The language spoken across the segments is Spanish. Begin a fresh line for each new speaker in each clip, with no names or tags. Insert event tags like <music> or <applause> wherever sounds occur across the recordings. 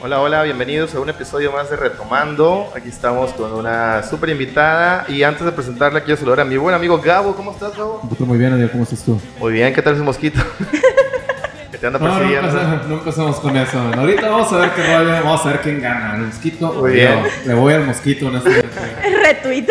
Hola, hola, bienvenidos a un episodio más de Retomando. Aquí estamos con una super invitada y antes de presentarla quiero saludar a mi buen amigo Gabo. ¿Cómo estás, Gabo?
muy bien, Adiel, ¿cómo estás tú?
Muy bien, ¿qué tal ese mosquito? <laughs> que te anda
No, no,
persiguiendo.
empezamos, no empezamos con eso. man. Ahorita vamos a ver qué rollo, vamos a ver quién gana, el mosquito.
Muy bien.
Yo le voy al mosquito, este
<laughs>
honestamente.
<laughs> Retweet.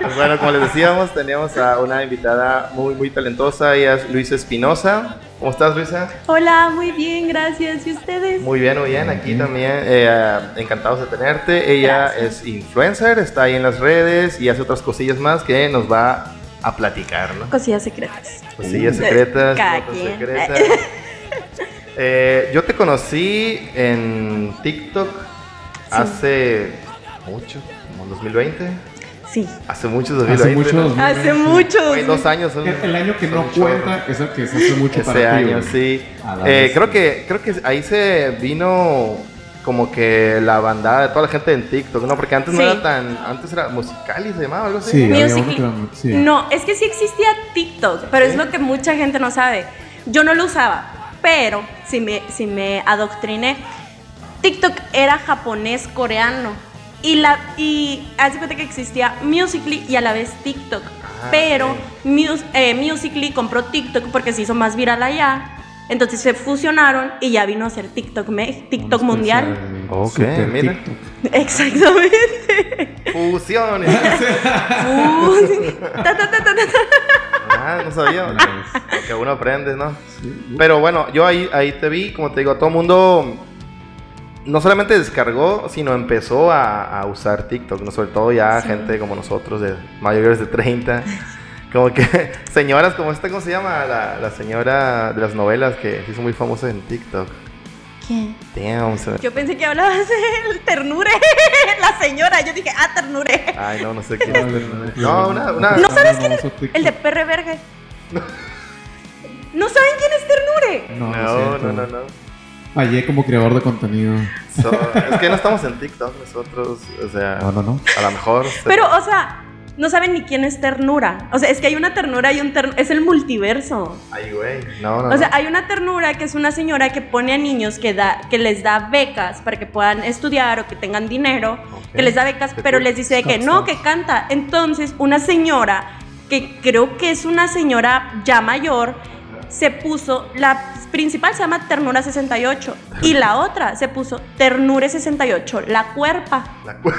Pues bueno, como les decíamos, teníamos a una invitada muy, muy talentosa. Ella es Luisa Espinosa. ¿Cómo estás, Luisa?
Hola, muy bien, gracias. ¿Y ustedes?
Muy bien, muy bien. Aquí
Bien.
también eh, encantados de tenerte. Ella es influencer, está ahí en las redes y hace otras cosillas más que nos va a platicar, ¿no?
Cosillas secretas.
Cosillas secretas,
Cada
notas
quien. <laughs>
secretas. Eh, yo te conocí en TikTok hace mucho, como 2020.
Sí.
Hace muchos
Hace
2020.
muchos.
¿no?
Hace
Güey,
muchos.
dos años. son-
El año que
son
no
un chorro.
cuenta es el que se hace mucho
Ese
para ti.
año,
güey.
sí.
A la
Eh,
vez,
creo
sí.
que creo que ahí se vino como que la bandada de toda la gente en TikTok, ¿no? Porque antes no
Sí.
era tan... Antes era musical y se llamaba algo así.
Sí,
¿no?
había
Musical.ly.
uno que era- sí.
No, es que sí existía TikTok, pero es lo que mucha gente no sabe. Yo no lo usaba, pero si me, si me adoctriné, TikTok era japonés, coreano. Y, la, y hace cuenta que existía Musically y a la vez TikTok.
Ah,
pero
ok.
Mus- eh, Musically compró TikTok porque se hizo más viral allá. Entonces se fusionaron y ya vino a ser TikTok, me- TikTok
Vamos a
mundial.
empezar el
Ok,
super
mira.
TikTok.
<laughs> Exactamente.
<laughs>
Fusiones.
Uy, ta, ta, ta, ta, ta, ta.
Ah, no sabía.
Nice.
que uno aprende, ¿no?
Sí.
Pero bueno, yo ahí, ahí te vi, como te digo, todo el mundo no solamente descargó, sino empezó a, a usar TikTok, ¿no? Sobre todo ya
Sí.
gente como nosotros, de mayores de
<laughs>
30. Como que señoras como esta, ¿cómo se llama? La, la señora de las novelas que se hizo muy famosa en TikTok.
¿Quién?
Damn, se me-
Yo pensé que hablabas del ternure, <laughs> la señora. Yo dije, ah, ternure.
Ay, no, no sé
<laughs>
Ay,
quién. No,
No,
una- una-
¿No sabes quién
es?
El de perre verga. ¿No saben quién es ternure?
No,
No, no, no, no.
Fallé como creador de contenido.
So, es que no estamos en TikTok nosotros, o sea,
No, no, no.
a lo mejor. se-
Pero, o sea, no saben ni quién es ternura. O sea, es que hay una ternura y un ternura. Es el multiverso.
Ay, güey. No, no.
O sea,
no.
hay una ternura que es una señora que pone a niños que, da, que les da becas para que puedan estudiar o que tengan dinero.
Ok.
que les da becas,
Qué
pero
cool.
les dice que
Stop,
no,
stop.
que canta. Entonces, una señora, que creo que es una señora ya mayor, se puso, la principal se llama Ternura 68
<laughs>
y la otra se puso Ternure 68, la cuerpa.
La cu-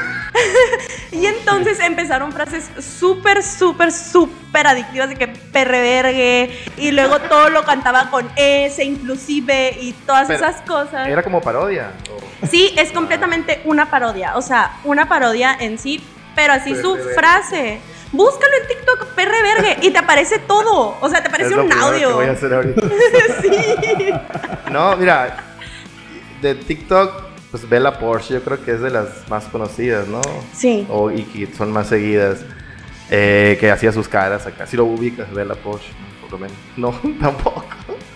<laughs> Y entonces empezaron frases súper, súper, súper adictivas de que perrevergue y luego todo lo cantaba con S inclusive y todas
Pero-
esas cosas.
Era como parodia. o-
Sí, es completamente una parodia. O sea, una parodia en sí, pero así su
Perre vergue.
frase. Búscalo en TikTok, perre vergue, y te aparece todo. O sea, te aparece
Es lo
un
primero que
audio. <laughs>
voy a hacer ahorita.
sí.
No, mira, de TikTok, pues Bella Porsche yo creo que es de las más conocidas, ¿no?
Sí.
O, y que son más seguidas, eh, que hacía sus caras acá. Si lo ubicas, Bella Porsche, por lo menos. No, <laughs> tampoco.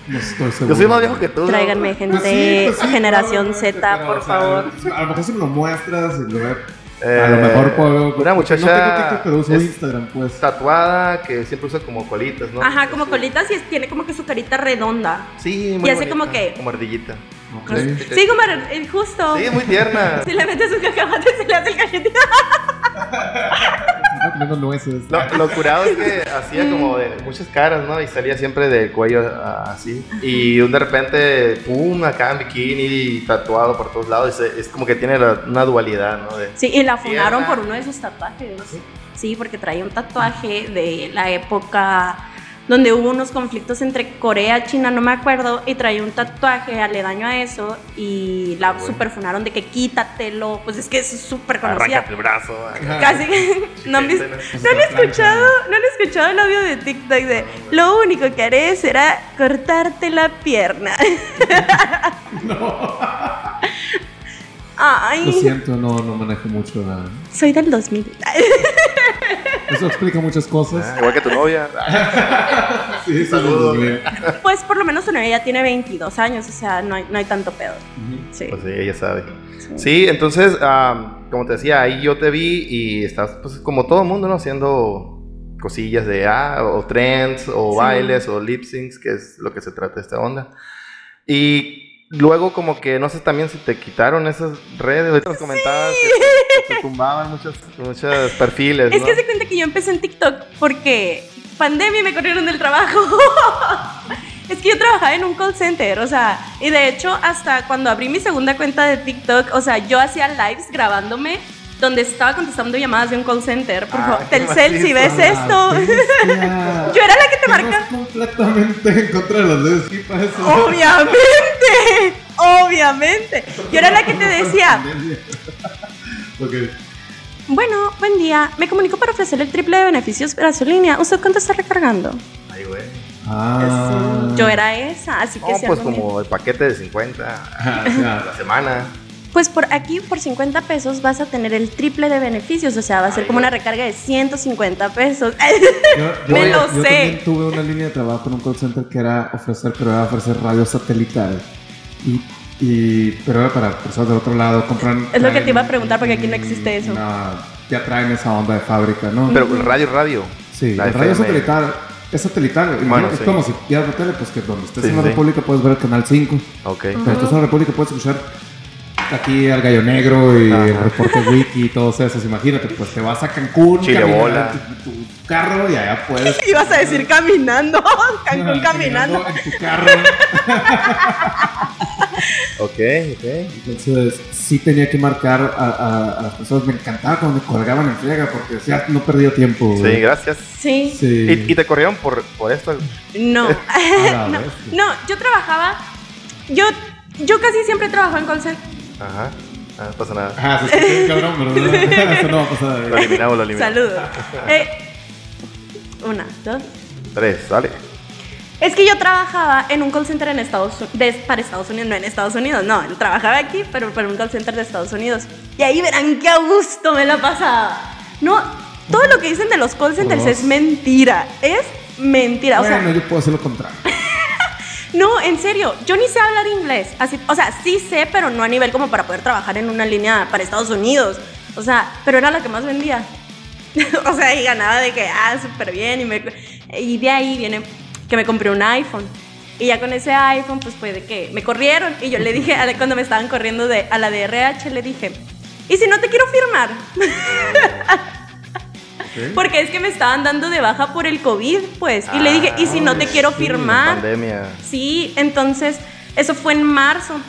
No estoy
Yo
seguro.
soy más viejo que tú. ¿no?
Tráiganme gente,
Pues sí, pues sí,
generación
probablemente,
Z,
pero,
por
o sea, pues,
favor.
A lo mejor si me lo muestras y lo veo.
Eh,
a lo mejor puedo.
Una
No tengo
muchacha
TikTok, pero uso
es
Instagram, pues.
tatuada que siempre usa como colitas, ¿no?
Ajá, como
Sí.
colitas y es- tiene como que su carita redonda.
Sí,
Y hace como
bonita,
que- Oh.
Como ardillita.
Ok.
Sí, como el- el justo.
Sí, muy tierna.
Si le metes un cacahuate, se le hace el cajetito.
Está comiendo nueces.
Lo, lo curado es que hacía como de muchas caras, ¿no? Y salía siempre del cuello ah, así. Y un de repente, pum, acá en bikini y tatuado por todos lados. Es, es como que tiene la- una dualidad, ¿no? De,
Sí, y la funaron
Tierra.
por uno de sus tatuajes. Sí, porque traía un tatuaje de la época donde hubo unos conflictos entre Corea, China, no me acuerdo, y traía un tatuaje aledaño a eso y la
Bueno.
super funaron de que quítatelo, pues es que es súper conocida.
arráncate el brazo. acá.
Casi <laughs> no han visto-
Chiquete,
¿No han escuchado, no han escuchado el audio de TikTok de lo único que haré será cortarte la
<laughs>
pierna. <laughs>
Lo
Ay,
siento, no, no manejo mucho. la-
soy del 2000.
Eso explica muchas
Ah,
cosas.
Igual que tu novia.
Sí, eso es
Ah, Saludos.
bien.
Pues por lo menos su novia ya tiene 22 años, o sea, no hay, no hay tanto pedo. Sí.
Pues sí, ella sabe. Sí, entonces, am, como te decía, ahí yo te vi y estás, pues, como todo mundo, ¿no? Haciendo cosillas de, ah, o trends, o
Sí.
bailes, o lip syncs, que es lo que se trata esta onda. Y luego como que, no sé también si te quitaron esas redes, ahorita nos comentabas que te, que te tumbaban muchos, muchos perfiles,
Es
¿no?
que se cuenta que yo empecé en TikTok porque pandemia y me corrieron del trabajo. <laughs> es que yo trabajaba en un call center, o sea, y de hecho hasta cuando abrí mi segunda cuenta de TikTok, o sea, yo hacía lives grabándome donde estaba contestando llamadas de un call center. Por
Ah,
favor,
qué
Telcel,
macizo.
si ves
Ah,
esto. <laughs> Yo era la que te marcaba.
Estás completamente en contra de los dedos. ¿Qué pasa?
Oh, Obviamente, obviamente. Yo era la que te decía,
<laughs> ok.
bueno, buen día, me comunico para ofrecer el triple de beneficios para su línea. ¿Usted cuánto está recargando?
Ay, güey.
Ah.
Yo era esa, así que
No,
si
pues
algo me-
como el paquete de 50
Ah,
a la
ya.
semana.
Pues por aquí, por 50 pesos, vas a tener el triple de beneficios. O sea, va a ser como una recarga de 150 pesos. <laughs>
Yo,
Me
yo
lo sé.
también tuve una línea de trabajo en un call center que era ofrecer, pero era ofrecer radio satelital. Y, y- pero era para personas del otro lado, compran...
Es lo que
traen
te iba a preguntar, porque aquí no
un-
existe eso.
una- ya traen esa onda de fábrica, ¿no?
Pero con radio, radio.
Sí,
La
la radio
FM.
satelital es satelital. güey.
Bueno,
es
sí.
como si vieras la tele, pues que donde estés
Sí,
en la
sí.
República puedes ver el canal 5.
Ok.
Pero estás en la República puedes escuchar aquí al Gallo Negro y el
Ajá.
reporte wiki y todos esos. Imagínate, pues te vas a Cancún,
Chile
caminar
bola.
en tu, tu carro y allá puedes.
Ibas a decir caminando, <laughs>
Ah,
Cancún caminando.
En tu carro.
<laughs>
Ok, ok.
Entonces, sí tenía que marcar a, a- a las personas. Me encantaba cuando me colgaban en friega porque decía, no perdía tiempo.
Sí,
güey".
gracias.
Sí.
Sí.
¿Y, y te corrieron por, por esto?
No. <laughs>
A la
no.
vez.
No, yo trabajaba. Yo, yo casi siempre trabajo en call center.
Ajá. Ah, no pasa nada.
Ah, se escuchó un cabrón, ¿verdad? Eso no <laughs> va a pasar.
Lo eliminamos, lo eliminamos.
Saludos. Eh, una, dos.
Tres, dale.
Es que yo trabajaba en un call center en Estados Unidos, para Estados Unidos, no en Estados Unidos, no, trabajaba aquí, pero para un call center de Estados Unidos. Y ahí verán qué a gusto me la pasaba. No, todo lo que dicen de los call centers
Uf.
es mentira, es mentira. O sea,
Bueno, yo puedo hacer lo contrario.
no, en serio, yo ni sé hablar inglés. Así, o sea, sí sé, pero no a nivel como para poder trabajar en una línea para Estados Unidos. O sea, pero era la que más vendía. <laughs> o sea, y ganaba de que, ah, súper bien. Y, me- y de ahí viene que me compré un iPhone. Y ya con ese iPhone, pues fue de que me corrieron. Y yo le dije, a la- cuando me estaban corriendo de, a la DRH, le dije, ¿y si no te quiero firmar? <laughs> Porque es que me estaban dando de baja por el COVID, pues. Y le dije, ¿y si no te
Ah,
quiero
sí,
firmar?
Pandemia.
Sí, entonces eso fue en marzo.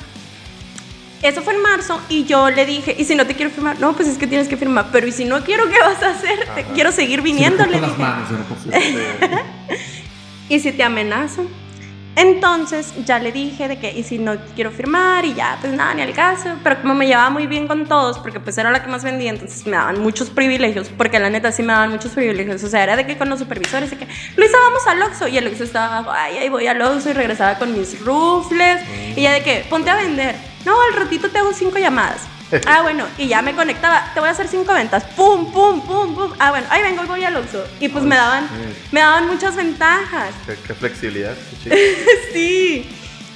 Eso fue en marzo y yo le dije, ¿y si no te quiero firmar? No, pues es que tienes que firmar, pero ¿y si no quiero, qué vas a hacer? Te
Ajá.
quiero seguir viniendo,
Viniéndole
le
las manos,
dije.
yo no
<laughs>
confío.
¿Y si te amenazan? Entonces ya le dije de que, ¿y si no quiero firmar? Y ya, pues nada, ni al caso. Pero como me llevaba muy bien con todos, porque pues era la que más vendía, entonces me daban muchos privilegios, porque la neta sí me daban muchos privilegios. O sea, era de que con los supervisores, de que, Luisa, vamos al Oxxo. Y el Oxxo estaba abajo, ay, ahí voy al Oxxo y regresaba con mis rufles. Y ya de que, ponte a vender. No, al ratito te hago cinco llamadas. Ah, bueno, y ya me conectaba, te voy a hacer cinco ventas. Pum, pum, pum, pum. Ah, bueno, ahí vengo, ahí voy al Oxxo. Y pues me daban, me daban muchas ventajas. <laughs>
Qué, qué flexibilidad. qué chido.
Sí.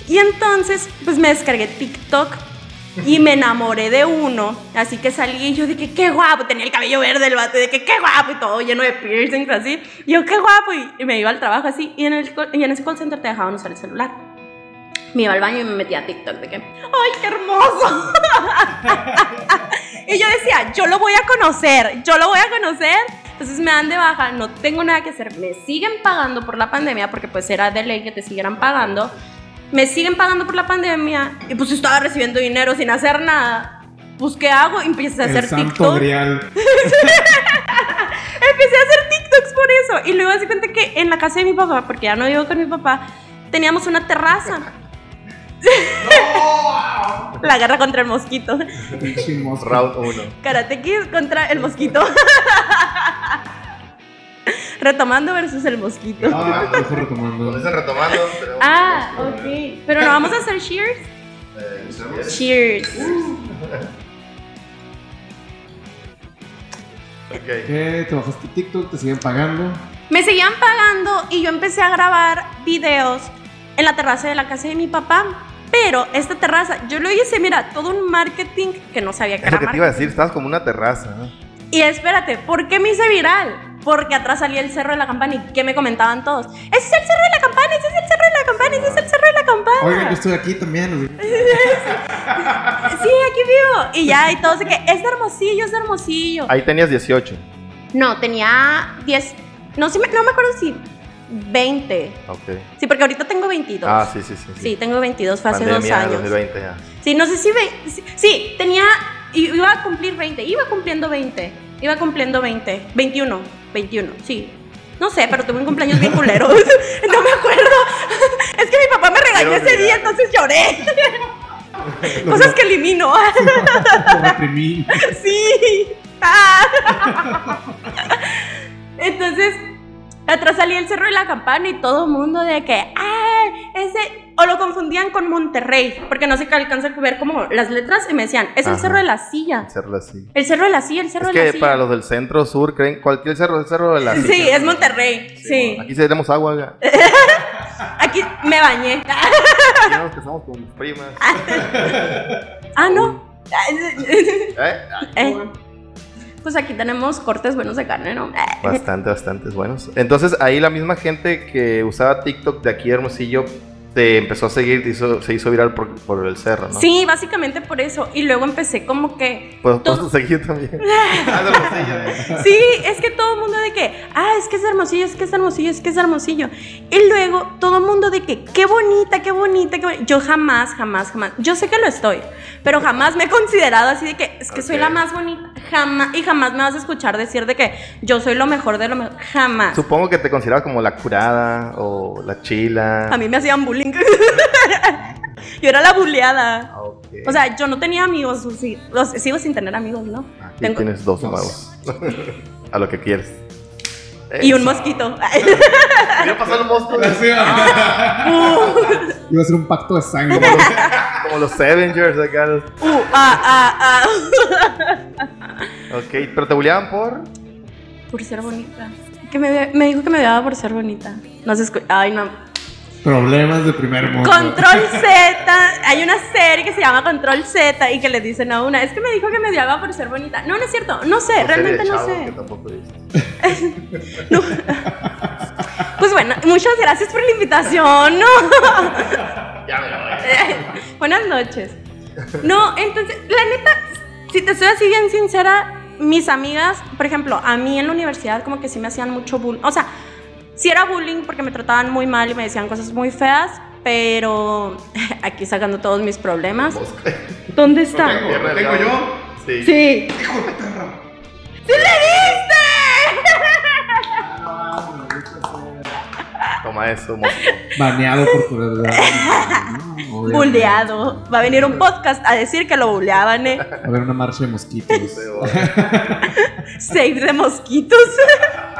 Y entonces, pues me descargué TikTok y me enamoré de uno. Así que salí y yo dije, qué guapo. Tenía el cabello verde, el vato, y de que qué guapo y todo lleno de piercings, así. Y yo, qué guapo. Y, y me iba al trabajo así. Y en, el, call- y en ese call center te dejaban usar el celular. Me iba al baño y me metía a TikTok de que, ¡ay, qué hermoso! <laughs> y yo decía, yo lo voy a conocer, yo lo voy a conocer. Entonces me dan de baja, no tengo nada que hacer, me siguen pagando por la pandemia, porque pues era de ley que te siguieran pagando. Me siguen pagando por la pandemia y pues estaba recibiendo dinero sin hacer nada. Pues ¿qué hago? Y Empecé a
El
hacer
santo
TikTok.
grial.
Empecé a hacer TikToks por eso. Y luego hace cuenta que en la casa de mi papá, porque ya no vivo con mi papá, teníamos una terraza. la guerra contra el mosquito.
Pinche mosca.
Round 1.
Karate Kid contra el mosquito. Retomando versus el mosquito.
Ah, dejo
Con
retomando.
eso retomando. tenemos-
Ah, ok. Pero no vamos a hacer cheers.
Eh,
Cheers.
ok.
¿Qué? ¿Te bajaste TikTok? ¿Te siguen pagando?
Me seguían pagando y yo empecé a grabar videos en la terraza de la casa de mi papá. Pero esta terraza, yo lo hice, mira, todo un marketing que no sabía que
Es lo que
era
te iba a
marketing.
decir, estabas como una terraza. ¿no?
Y espérate, ¿por qué me hice viral? porque atrás salía el cerro de la campana y ¿qué me comentaban todos? Ese es el cerro de la campana, ese es el cerro de la campana, ese es el cerro de la campana.
Oiga, yo estoy aquí también.
Sí, aquí vivo. Y ya, y todos de que es de hermosillo, es de hermosillo.
Ahí tenías 18.
No, tenía 10, no, sí me- no me acuerdo si 20.
Ok.
Sí, porque ahorita tengo 22.
Ah, sí, sí, sí.
Sí, tengo 22, fue hace dos
Pandemia,
años.
2020, ya.
Sí, no sé si... ve- sí, sí, tenía... i- Iba a cumplir 20, iba cumpliendo 20, iba cumpliendo 20, 21, 21, sí. No sé, pero tuve un cumpleaños bien culero. <laughs> no me acuerdo. es que mi papá me regañó
Quiero
ese día,
olvidar.
entonces
<laughs>
lloré. Cosas que elimino. <laughs>
Lo reprimí.
sí. Ah. entonces, atrás salía el cerro de la campana y todo el mundo de que, ah, ese. O lo confundían con Monterrey, porque no se alcanza a ver como las letras y me decían, es el
Ajá.
cerro de la silla.
Hacerlo así.
El cerro de la silla, el cerro
Es
de la
que
silla.
para los del centro sur creen cualquier cerro es cerro de la
Sí,
silla.
es Monterrey. Sí.
Aquí sí tenemos agua,
<laughs>
ya.
Aquí me bañé.
Aquí nos casamos con mis
<laughs>
primas.
Ah,
<laughs>
no.
¿Eh?
Eh, Pues aquí tenemos cortes buenos de carne, ¿no? Eh,
Bastante, bastantes buenos. Entonces ahí la misma gente que usaba TikTok de aquí de Hermosillo te empezó a seguir, te hizo- se hizo viral por, por el cerro, ¿no?
Sí, básicamente por eso. Y luego empecé como que
Pues
Tú-
por su seguir
<laughs>
también. Ah, de Hermosillo, eh.
Sí, es que todo el mundo de que, ah, es que es hermosillo, es que es hermosillo, es que es hermosillo. Y luego todo el mundo de que, qué bonita, qué bonita, qué bonita. Yo jamás, jamás, jamás. Yo sé que lo estoy, pero jamás me he considerado así de que, es que soy
Ok.
la más bonita. Jamás, y jamás me vas a escuchar decir de que yo soy lo mejor de lo mejor. Jamás.
Supongo que te consideraba como la curada o la chila.
A mí me hacían bullying. <laughs> yo era la buleada.
Ah, ok.
O sea, yo no tenía amigos, o sí, o sea, sigo sin tener amigos, ¿no?
Aquí
tengo-
Ah, tienes dos
Dos.
pavos. a lo que quieres.
Y un
<laughs>
mosquito. <laughs>
Voy a pasar el mosco.
Así, ah. <laughs>
Uh,
Iba a ser un pacto de sangre.
<laughs>
Como los, <laughs> como los Avengers acá.
Uh, ah, ah, ah.
Ok, pero te bulleaban por.
Eh, Por ser bonita. Que me, me dijo que me daba por ser bonita. No se escu- Ay, no.
Problemas de primer mundo.
Control
<laughs>
Z. Hay una serie que se llama Control Z y que le dicen a una, es que me dijo que me daba por ser bonita. No, no es cierto. No sé, realmente no
Serie de chavos que
sé.
tampoco dices.
No. <laughs> Pues bueno, muchas gracias por la invitación.
<laughs>
No.
Ya me la voy.
Eh, <laughs> Buenas noches. No, entonces, la neta, si te soy así bien sincera, mis amigas, por ejemplo, a mí en la universidad como que sí me hacían mucho bullying. O sea, sí era bullying porque me trataban muy mal y me decían cosas muy feas, pero <laughs> aquí sacando todos mis problemas. ¿Dónde está?
¿Lo tengo yo? Sí.
Sí. ¡Sí le diste!
Toma eso, mosco.
Baneado por
<laughs>
tu verdad. No, obviamente.
Buleado. Va a venir un podcast a decir que lo buleaban, ¿eh?
Va a haber una marcha de mosquitos.
Save de mosquitos.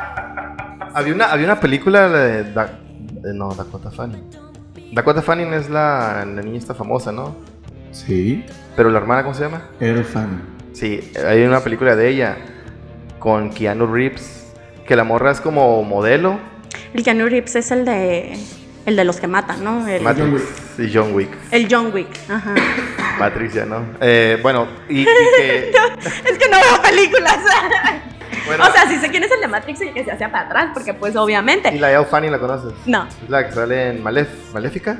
<laughs> había, una, había una película de. Da- de- no, Dakota Fanning. Dakota Fanning es la, la niña esta famosa, ¿no?
Sí,
Pero la hermana, ¿cómo se llama?
era fan.
Sí, hay una película de ella con Keanu Reeves. Que la morra es como modelo.
El Keanu Reeves es el de el de los que matan, ¿no? El,
Matrix
John
y John Wick.
el John Wick.
<laughs>
Ajá.
Matrix ya, ¿no? Eh, bueno,
<laughs>
y, y que.
es que no veo películas.
bueno,
o sea, sí sé quién es el de Matrix y el que se hace para atrás, porque pues
y
obviamente.
la de Fanning la conoces.
No.
Es la que sale en Malef- Maléfica.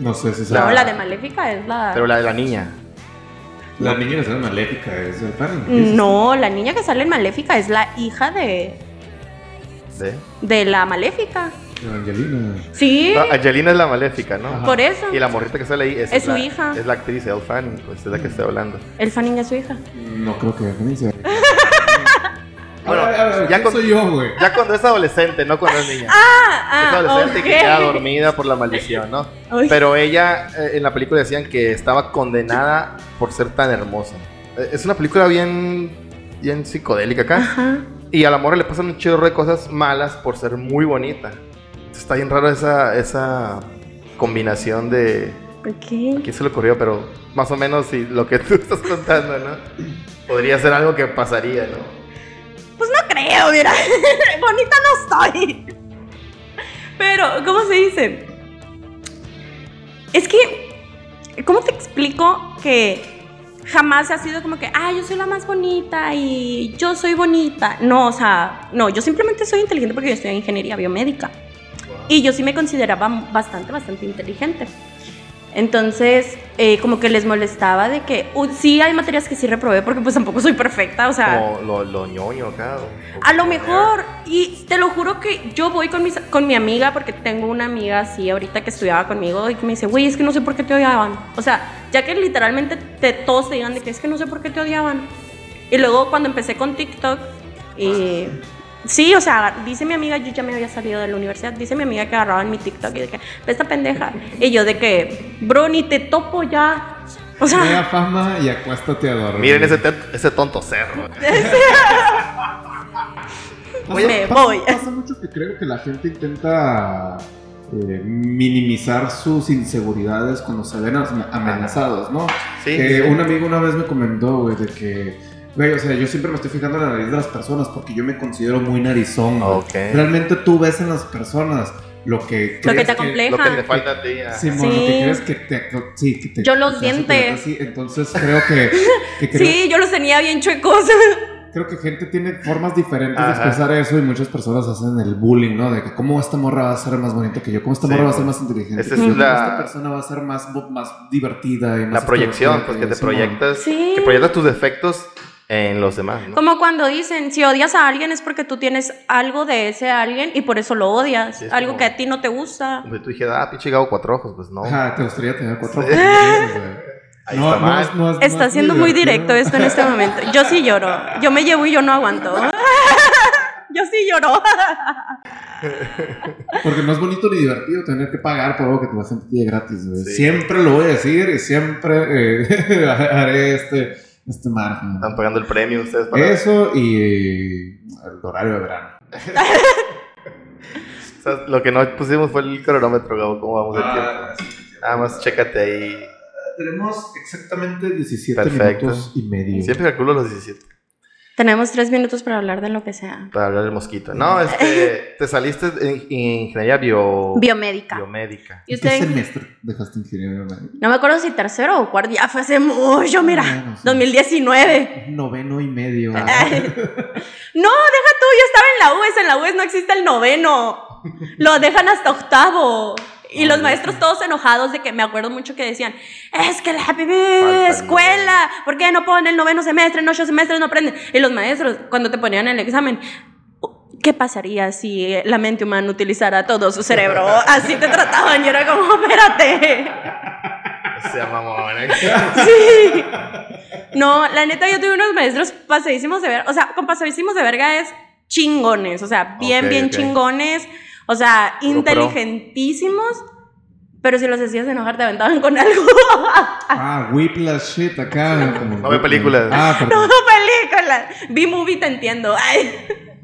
No sé si
La-
No,
sabe.
la de Maléfica es la.
Pero la de la niña.
La niña de ser maléfica es el fan.
No, la niña que sale en Maléfica es la hija de.
¿sí?
de la Maléfica.
Evangelina.
Sí,
No, Angelina es la maléfica, ¿no?
Ajá.
por eso.
Ah, Y la morrita que sale ahí es,
Es su
la-
hija.
Es la actriz Elle Fanning, pues es la que estoy hablando.
El fanning es su hija.
No creo que Evangelina
<laughs>
sea.
Bueno,
A ver, a ver,
ya
¿quién
con-
soy yo, güey.
Ya cuando es adolescente, no cuando es niña. es
Ah,
adolescente y que
ok.
queda dormida por la maldición, ¿no?
Ay.
Pero ella eh, en la película decían que estaba condenada por ser tan hermosa. Eh, Es una película bien, bien psicodélica acá.
Ajá.
Y a la morra le pasan un chorro de cosas malas por ser muy bonita. Está bien raro esa, esa combinación de,
Ok.
¿Quién se le ocurrió? Pero más o menos si lo que <laughs> tú estás contando, ¿no? Podría ser algo que pasaría, ¿no?
Pues no creo, mira. <laughs> Bonita no estoy. Pero, ¿cómo se dice? Es que, ¿cómo te explico que jamás ha sido como que, ah, yo soy la más bonita y yo soy bonita. No, o sea, no, yo simplemente soy inteligente porque yo estudié ingeniería biomédica. Y yo sí me consideraba bastante, bastante inteligente. Entonces, eh, como que les molestaba de que, uh, sí hay materias que sí reprobé porque pues tampoco soy perfecta, o sea...
Como lo, lo ñoño acá. o- o-
A lo mejor, y te lo juro que yo voy con, mis- con mi amiga, porque tengo una amiga así ahorita que estudiaba conmigo y que me dice, güey, es que no sé por qué te odiaban. O sea, ya que literalmente te, todos te digan de que es que no sé por qué te odiaban. Y luego cuando empecé con TikTok, eh, sí, o sea, dice mi amiga, yo ya me había salido de la universidad, dice mi amiga que agarraban mi TikTok y de que, "Ve esta pendeja. Y yo de que, bro, ni te topo <laughs> ya. O sea,
Mega fama y acuéstate a dormir.
Miren ese, te- ese tonto
<laughs>
cerro.
Pasa-
Me
pasa-
voy.
Pasa mucho que creo que la gente intenta eh, minimizar sus inseguridades cuando se ven am- amenazados, ¿no?
Sí.
Eh, un amigo una vez me comentó, güey, de que, güey, o sea, yo siempre me estoy fijando en la nariz de las personas porque yo me considero muy narizón, güey.
Ok.
Realmente tú ves en las personas lo que...
lo que
crees
te
Lo
compleja.
que te falta a ti. ajá.
Sí, mon, lo que
Sí.
crees que te... Sí, que te
Yo los
te hace
dientes.
creer así. entonces creo que...
<laughs>
que creo,
Sí, yo los tenía bien chuecos.
creo que gente tiene formas diferentes de
Ajá.
expresar eso y muchas personas hacen el bullying, ¿no? De que cómo esta morra va a ser más bonita que yo, cómo esta
Sí.
morra va a ser más inteligente.
Esa
que
es
yo, cómo
la-
Esta persona va a ser más, bo- más divertida. Y más
La proyección,
extrovertida
pues
yo,
que te
sí, mon.
proyectas,
Sí.
que proyectas tus defectos en los demás, ¿no?
Como cuando dicen, si odias a alguien es porque tú tienes algo de ese alguien y por eso lo odias.
Sí, es
algo
como-
que a ti no te gusta.
Como si Tú dijeras, ah, pinche Gabo cuatro ojos, pues no.
Ajá, te gustaría tener cuatro
Sí.
ojos, güey.
<laughs> Ahí está mal.
es- no es- no
Está
es
siendo muy
divertido.
directo esto en este momento. Yo sí lloro. Yo me llevo y yo no aguanto. <laughs> Yo sí lloro.
Porque no es bonito ni divertido tener que pagar por algo que la gente tiene gratis, güey.
Sí.
Siempre lo voy a decir y siempre eh, <laughs> haré este, este margen.
Están pagando el premio ustedes
¿Eh?
para...
Eso y el horario de verano.
O sea, lo que no pusimos fue el cronómetro, Gabo, cómo vamos
Ah.
de tiempo. Nada más chécate ahí.
Tenemos exactamente 17
Perfecto.
minutos y medio.
Siempre calculo los 17
Tenemos tres minutos para hablar de lo que sea.
para hablar del mosquito. No,
<laughs>
este, te saliste en, en ingeniería bio...
Biomédica.
biomédica.
¿Y
¿En ¿Qué
usted?
semestre dejaste ingeniería biomédica?
No me acuerdo si tercero o cuarto. Ya fue hace mucho, mira.
Ah, no sé.
2019.
Noveno y
<laughs>
medio.
No, deja tú, yo estaba en la UES, en la UES no existe el noveno. Lo dejan hasta octavo. Y los maestros todos enojados de que me acuerdo mucho que decían, es que la
noveno.
bebé escuela, ¿por qué no ponen el noveno semestre, en ocho semestres no aprenden? Y los maestros, cuando te ponían el examen, ¿qué pasaría si la mente humana utilizara todo su cerebro? Así te trataban, yo era como, espérate.
O sea, mamón, ¿eh? <laughs>
Sí. <laughs> No, la neta, yo tuve unos maestros pasadísimos de verga. O sea, con pasadísimos de verga es chingones. O sea, bien,
Ok,
bien
ok.
chingones. O sea,
Puro pro.
inteligentísimos. Pero si los hacías enojar, te aventaban con algo. <laughs>
ah, Whiplash shit acá. como-
No ve películas.
Ah,
No,
perdón.
película. B-movie te entiendo. Ay. <laughs>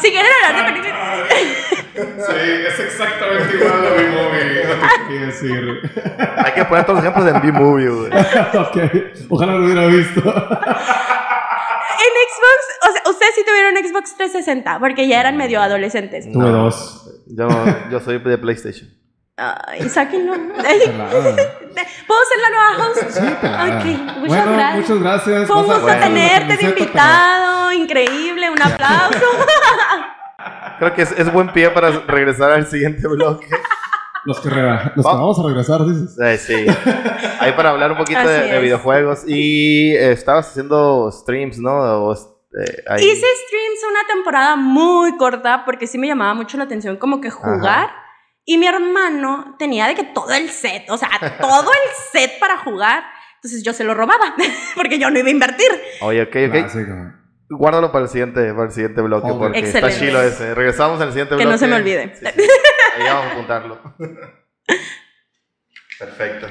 Si quieren hablar de películas.
Sí, es exactamente igual a mi móvil. Lo que quería decir.
Hay que poner todos los ejemplos en B-Movie, güey.
<laughs> ok, ojalá lo hubiera visto.
En Xbox, o sea, ustedes sí tuvieron Xbox 360 porque ya eran medio adolescentes.
No.
Tuve dos.
Yo, yo soy de PlayStation.
Ay, sáquenlo. <laughs> Ay.
Pelada.
¿Puedo ser la nueva host?
Sí, pelada.
Ok, muchas
bueno,
gracias.
muchas gracias.
Fue un
Vas a-
gusto
vas a-
tenerte de
camiseta, pero-
invitado, increíble, un aplauso.
Creo que es, es buen pie para regresar al siguiente bloque.
Los que, rega- los que
Vamos.
vamos a regresar, dices.
Eh, sí. Ahí para hablar un poquito de,
Así
de
es.
videojuegos. Y eh, estabas haciendo streams, ¿no? O, eh, <laughs> ahí.
Hice streams una temporada muy corta porque sí me llamaba mucho la atención como que jugar. Y mi hermano tenía de que todo el set, o sea, todo el
<laughs>
set para jugar. Entonces yo se lo robaba <laughs> porque yo no iba a invertir.
Oye, ok, ok.
Clásico.
Guárdalo para el siguiente, para el siguiente bloque,
Hombre.
porque
Excelente.
está chilo ese. Regresamos al siguiente
Que
bloque.
no se me olvide.
Sí, sí. Ahí vamos a
<laughs>
apuntarlo. Perfecto.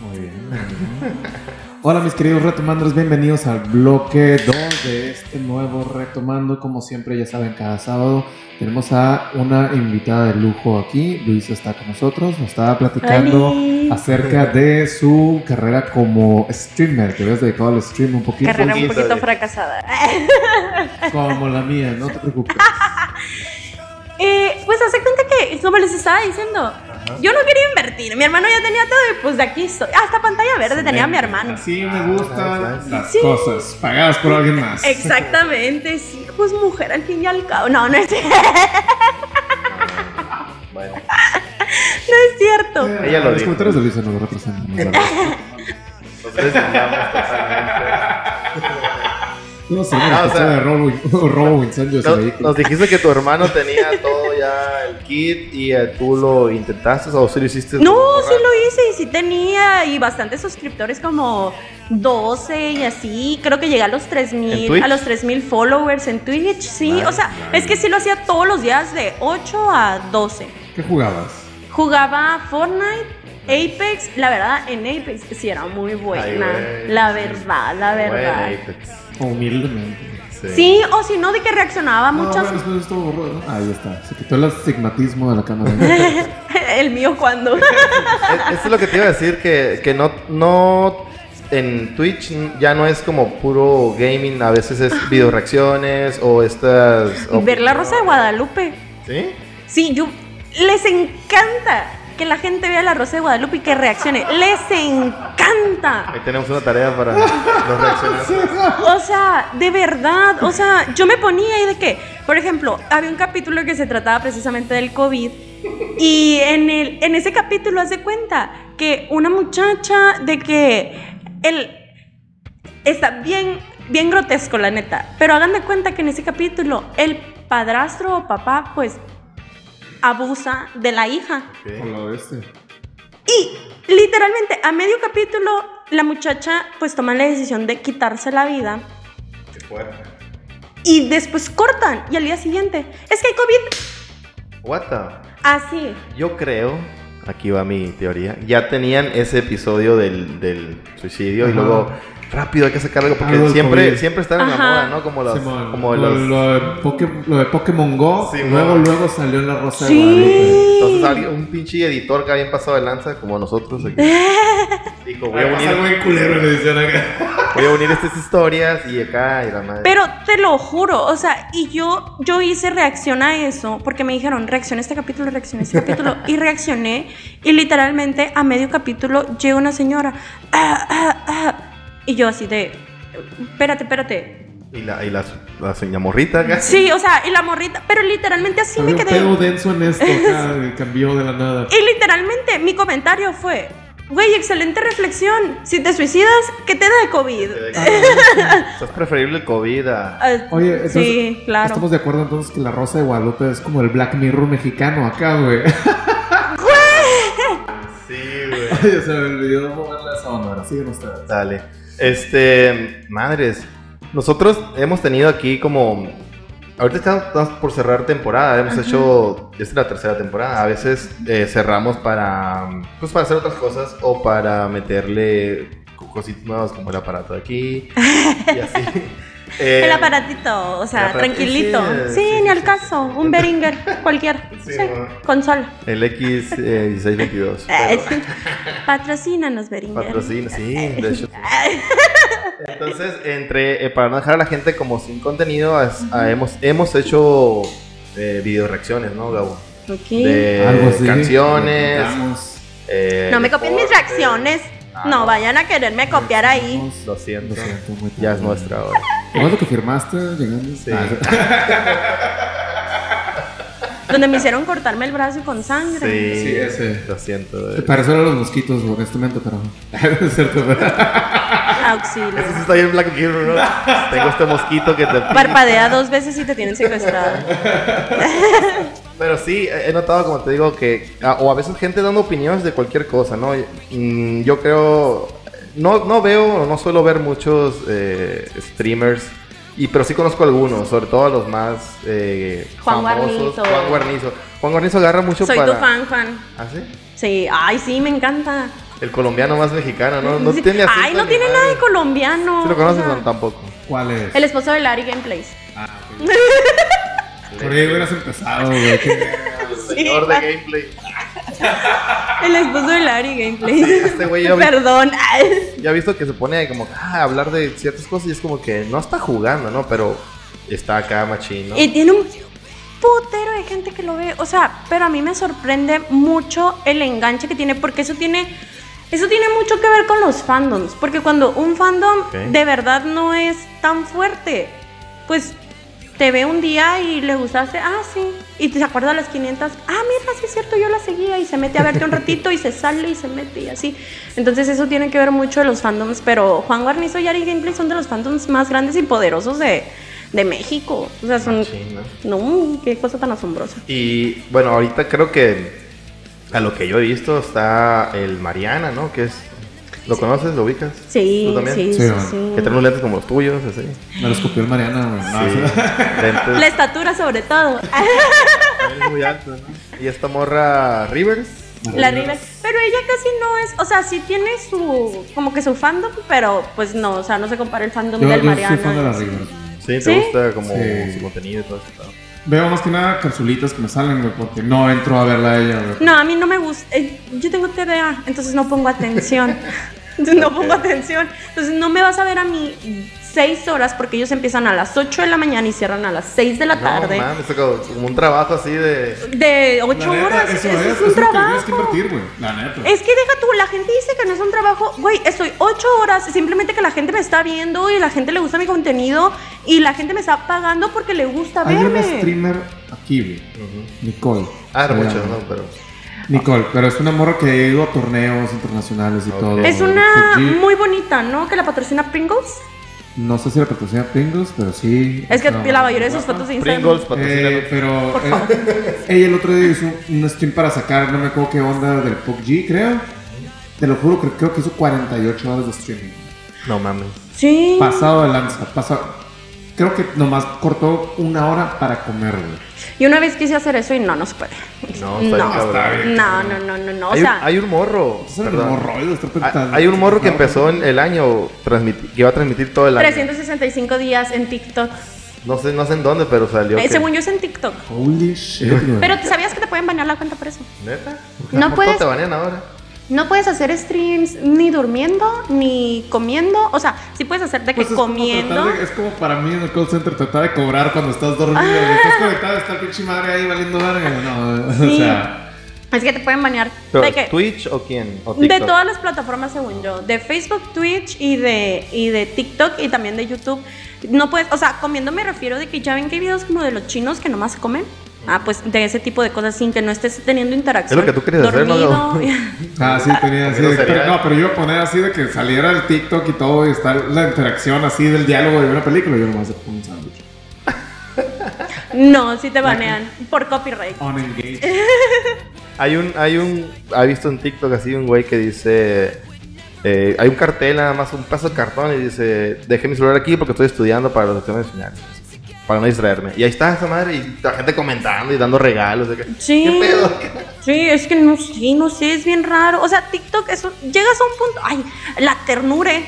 Muy bien. muy bien. <laughs> Hola mis queridos retomanders, bienvenidos al bloque 2 de este nuevo retomando. Como siempre ya saben, cada sábado tenemos a una invitada de lujo aquí. Luisa está con nosotros, nos estaba platicando
Oli.
acerca de su carrera como streamer. Te habías dedicado al stream un poquito,
Carrera un
poquito
poquito
de-
fracasada.
como la mía, no te preocupes.
Ah, Eh, pues hace cuenta que, como les estaba diciendo, yo no quería invertir. Mi hermano ya tenía todo y pues de aquí estoy. Ah, Hasta pantalla verde tenía mi hermano.
Así me
Ah,
gustan las
sí.
cosas pagadas por alguien más.
Exactamente, sí, pues mujer al fin y al cabo. No, no es, <laughs> no
Bueno,
es cierto.
Ella lo
Los
dijo.
comentarios de Luisa no lo representan. no lo
<laughs> nosotros
representan.
ignoramos totalmente.
No sé,
Ah,
una
o
cuestión
sea,
<laughs> de robo, robo incendios
Nos,
de vehículos.
nos dijiste que tu hermano tenía todo ya el kit y eh, tú lo intentaste o sí lo hiciste.
No, sí lo hice y sí tenía y bastantes suscriptores como 12 y así. Creo que llegué a los
¿En
3000,
Twitch?
a los 3000 followers en Twitch, sí.
Nice,
o sea,
nice.
es que sí lo hacía todos los días de 8 a 12.
¿Qué jugabas?
Jugaba Fortnite, Apex, la verdad en Apex sí era muy buena,
güey,
la
sí.
verdad, la verdad.
Bueno, Apex,
Humildemente.
Sí, o si no de que reaccionaba
No,
Ah, muchas
bueno, después estuvo borroso, ¿no? Ahí está. Se quitó el astigmatismo de la
<laughs>
cámara.
<laughs> el mío cuando
E- Eso es lo que te iba a decir, que, que no, no, en Twitch ya no es como puro gaming, a veces es video reacciones o estas...
<laughs> ver la Rosa de Guadalupe.
¿Sí?
Sí, yo les encanta que la gente vea la Rosa de Guadalupe y que reaccione. Les encanta.
Ahí tenemos una tarea para los reaccionantes.
O sea, de verdad, o sea, yo me ponía ahí de que, por ejemplo, había un capítulo que se trataba precisamente del COVID y en el en ese capítulo haz de cuenta que una muchacha de que el está bien, bien grotesco, la neta. Pero hagan de cuenta que en ese capítulo el padrastro o papá, pues, abusa de la hija.
Con lo de este.
Y literalmente a medio capítulo, la muchacha, pues, toma la decisión de quitarse la vida. Y después cortan. Y al día siguiente, es que hay COVID.
What the-
Así.
Yo creo, aquí va mi teoría, ya tenían ese episodio del, del suicidio y
Ajá.
luego... Rápido, hay que sacar algo porque
Algo del COVID.
siempre, siempre están en la
Ajá.
moda, ¿no? Como los...
Simón,
como
lo,
los
lo de Poké- lo de Pokémon Go.
Sí,
y luego,
bueno.
luego salió en la Rosa
Sí.
de Guadalupe.
Entonces alguien- un pinche editor que había pasado de lanza, como nosotros,
<laughs>
aquí, dijo, voy a
Ahí pasa
unir
algo bien culero en la edición acá.
Voy a unir estas historias y acá y la madre.
Pero te lo juro, o sea, y yo, yo hice reacción a eso, porque me dijeron, reacciona a este capítulo, reacciona a este capítulo, y reaccioné, y literalmente a medio capítulo llega una señora, "Ah, ah, ah", y yo así de, espérate, espérate.
Y la, y la, la señora morrita acá.
<laughs> Sí, o sea, y la morrita, pero literalmente así
Había
me
un
quedé.
pedo denso en
<laughs>
esto acá. Cambió de la nada.
Y literalmente mi comentario fue, güey, excelente reflexión, si te suicidas, que te da COVID.
Eso es preferible el COVID a...
Ah,
Oye, entonces,
sí, claro.
Estamos de acuerdo entonces que la Rosa de Guadalupe es como el Black Mirror mexicano acá, güey. <laughs>
Sí, güey.
Ya se me olvidó moverla esa onda. Ahora siguen ustedes.
Dale. Este, madres. Nosotros hemos tenido aquí como... Ahorita estamos, estamos por cerrar temporada. Hemos hecho... Esta es la tercera temporada. A veces eh, cerramos para... Pues para hacer otras cosas o para meterle cositas nuevas como el aparato de aquí. Y así. Eh,
El aparatito, o sea,
el aparato-
tranquilito. Sí,
sí, sí,
ni
sí,
al
sí.
caso. Un Beringer,
<laughs>
cualquier.
Sí,
Sí,
bueno.
consola.
Eh, El X1622.
Eh, sí.
<laughs>
Patrocínanos, Beringer.
Patrocina, sí, de hecho. Entonces, entre, eh, para no dejar a la gente como sin contenido, as- ah, hemos, hemos hecho eh, video reacciones, ¿no, Gabo?
<laughs> Ok.
De Eh, canciones.
Cantamos.
eh,
no me copien mis
deportes.
reacciones.
Ah,
No vayan a quererme copiar ahí.
Lo siento.
Lo siento, muy
Ya es
tarde.
nuestra hora.
¿Cómo es lo que firmaste llegando?
Sí.
Ah,
Donde me hicieron cortarme el brazo con sangre.
Sí,
Sí, ese.
Lo siento.
<laughs>
eh.
Te pareció a los mosquitos, honestamente, pero. <laughs> Es cierto, ¿verdad?
Auxilio.
<laughs> Eso sí está bien Black Mirror, ¿no? Tengo este mosquito que te
Parpadea dos veces y te tienen secuestrado.
Pero sí, he he notado, como te digo, que. a- O a veces gente dando opiniones de cualquier cosa, ¿no? Mm, Yo creo. No, no veo, no suelo ver muchos eh, streamers. Y, pero sí conozco algunos, sobre todo a los más. eh,
Juan
famosos.
Guarnizo.
Juan Guarnizo. Juan Guarnizo agarra mucho
Soy
para.
tu fan, Juan.
¿Ah, sí?
Sí, ay, sí, me encanta.
El colombiano más mexicano, ¿no? No
Sí.
tiene
Ay, no tiene nada de colombiano.
Si lo conoces,
Ajá.
no, tampoco.
¿Cuál es?
El esposo de Larry Gameplays.
Ah, ok. Por ahí hubieras empezado, güey. Qué-
Señor de gameplay.
El esposo de Larry Gameplays. <laughs>
este güey <laughs> ya vi-
Perdón.
Ya he visto que se pone como ah, a hablar de ciertas cosas y es como que no está jugando, ¿no? Pero está acá machino.
Y tiene un putero de gente que lo ve. O sea, pero a mí me sorprende mucho el enganche que tiene, porque eso tiene. Eso tiene mucho que ver con los fandoms. Porque cuando un fandom
Ok.
de verdad no es tan fuerte, pues te ve un día y le gustaste, ah, sí. Y te acuerdas de las 500, ah, mira, sí es cierto, yo la seguía. Y se mete a verte un ratito y se sale y se mete y así. Entonces, eso tiene que ver mucho de los fandoms. Pero Juan Guarnizo y Ari Gameplay son de los fandoms más grandes y poderosos de, de México. O sea, son.
Machino.
No, qué cosa tan asombrosa.
Y bueno, ahorita creo que a lo que yo he visto está el Mariana, ¿no? Que es. ¿Lo conoces? ¿Lo ubicas?
Sí,
¿Tú también?
sí,
Sí,
sí,
¿no?
sí.
Que trae unos lentes como los tuyos, así.
Me lo escupió el Mariana, güey. No,
Sí.
o sea,
<laughs> Lentes.
La estatura sobre todo.
Él es muy alto, ¿no? Y esta morra Rivers.
<laughs> La Rivers. Pero ella casi no es, o sea, sí tiene su, como que su fandom, pero pues no, o sea, no se compara el fandom
Yo,
del
yo soy
Mariano.
fan de las Rivers.
Sí, te
¿Sí?
gusta como
Sí.
su contenido y todo eso.
Veo más que nada capsulitas que me salen, güey, porque no entro a verla a ella, güey.
No, a mí no me gusta, eh, yo tengo TDA, entonces no
<laughs>
pongo atención. Entonces no pongo atención. Entonces no me vas a ver a mí seis horas porque ellos empiezan a las 8 de la mañana y cierran a las 6 de la tarde.
No, mames, es como, como un trabajo así de.
de
La
8
neta,
horas.
Eso
eso
es,
es,
eso
un
es lo que tienes
trabajo.
que invertir, güey. La neta.
Es que deja tú, la gente dice que no es un trabajo, güey, estoy ocho horas, simplemente que la gente me está viendo y la gente le gusta mi contenido y la gente me está pagando porque le gusta
Hay una
verme.
streamer aquí, güey. Nicole.
Ah, no,
Se
mucho,
llama.
no, pero.
Nicole, pero es una morra que ha ido a torneos internacionales y
Ok.
todo.
Es una
Fuji.
muy bonita, ¿no? Que la patrocina Pringles.
No sé si la patrocina Pringles, pero sí.
Es que
una
la mayoría de sus
guapa.
fotos de Instagram.
Pringles patrocina.
Eh, pero eh, <laughs> ella el otro día hizo un stream para sacar, no me acuerdo qué onda, del PUBG, creo. Te lo juro, creo, creo que hizo 48 horas de streaming.
No mames.
Sí.
Pasado de lanza, pasado. Creo que nomás cortó una hora para comer, güey.
Y una vez quise hacer eso y no, no se puede.
No, está bien,
No,
cabrón.
no, no, no, no, no. O
hay, un-
sea,
hay un morro.
Es el
perdón.
hemorroides, está
Ah,
apretado.
Hay un morro que empezó en el año transmiti- que iba a transmitir todo el año.
365 días en TikTok.
No sé, no sé en dónde, pero salió.
Eh,
que-
Según yo es en TikTok.
Holy shit, güey.
Pero ¿te sabías que te pueden banear la cuenta por eso?
¿Neta? ¿Por qué?
No
¿Por qué
puedes-
te banean ahora?
No puedes hacer streams ni durmiendo, ni comiendo. O sea, sí puedes hacer de que
Pues es como
comiendo.
tratar de- es como para mí en el call center tratar de cobrar cuando estás dormido. güey. Estás conectado, está el pinche madre ahí valiendo verga. No,
Sí.
<laughs> o sea.
Es que te pueden banear.
¿Pero
¿De qué?
¿Twitch o quién? ¿O
De
TikTok?
todas las plataformas, según yo. De Facebook, Twitch y de, y de TikTok y también de YouTube. No puedes, o sea, comiendo me refiero de que ya ven que hay videos como de los chinos que nomás comen. Ah, pues de ese tipo de cosas sin que no estés teniendo interacción.
Es lo que tú quieres hacer, ¿no? <laughs>
Dormido. <laughs>
Ah, sí, tenía así.
Pero
de-
sería-
pero no, pero yo iba a poner así de que saliera el TikTok y todo y estar la interacción así del diálogo de una película. Yo nomás pongo un sándwich.
no, sí te banean por copyright.
On engage.
Hay un, hay un, ha visto en TikTok así un güey que dice, eh, hay un cartel nada más, un pedazo de cartón y dice, dejé mi celular aquí porque estoy estudiando para los exámenes finales, para no distraerme. Y ahí está esa madre y la gente comentando y dando regalos. de que,
Sí.
¿Qué pedo? <laughs>
Sí, es que no sé, no sé, es bien raro. O sea, TikTok, es un- llegas a un punto. Ay, la ternure.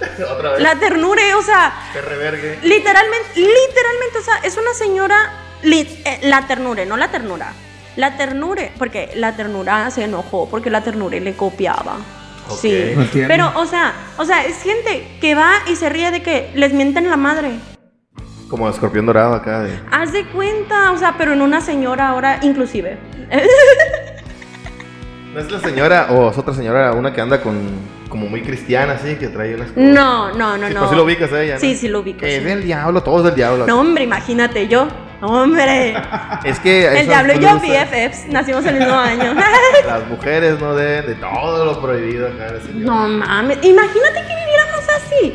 Otra vez,
La ternure, o sea,
que revergue.
literalmente, literalmente, o sea, es una señora. lit- eh, la ternure, no la ternura. La ternure, porque la ternura se enojó porque la ternure le copiaba.
Ok.
No
Sí.
entiendo.
Pero, o sea, o sea, es gente que va y se ríe de que les mienten la madre.
Como el escorpión dorado acá de...
Haz de cuenta, o sea, pero en una señora ahora, inclusive. <laughs>
¿No es la señora o es otra señora, una que anda con, como muy cristiana así, que trae unas...
No, no, no,
Sí,
no.
pero sí lo ubicas a ella, ¿no?
Sí, sí lo ubico.
Que es
sí.
del diablo, todo es del diablo.
No, hombre, imagínate yo.
<laughs>
Hombre.
Es que...
El
eso
diablo y
no
yo,
le gusta.
BFFs, nacimos el mismo año. <laughs>
Las mujeres no deben de todo lo prohibido acá. la señora.
no mames, imagínate que viviéramos así.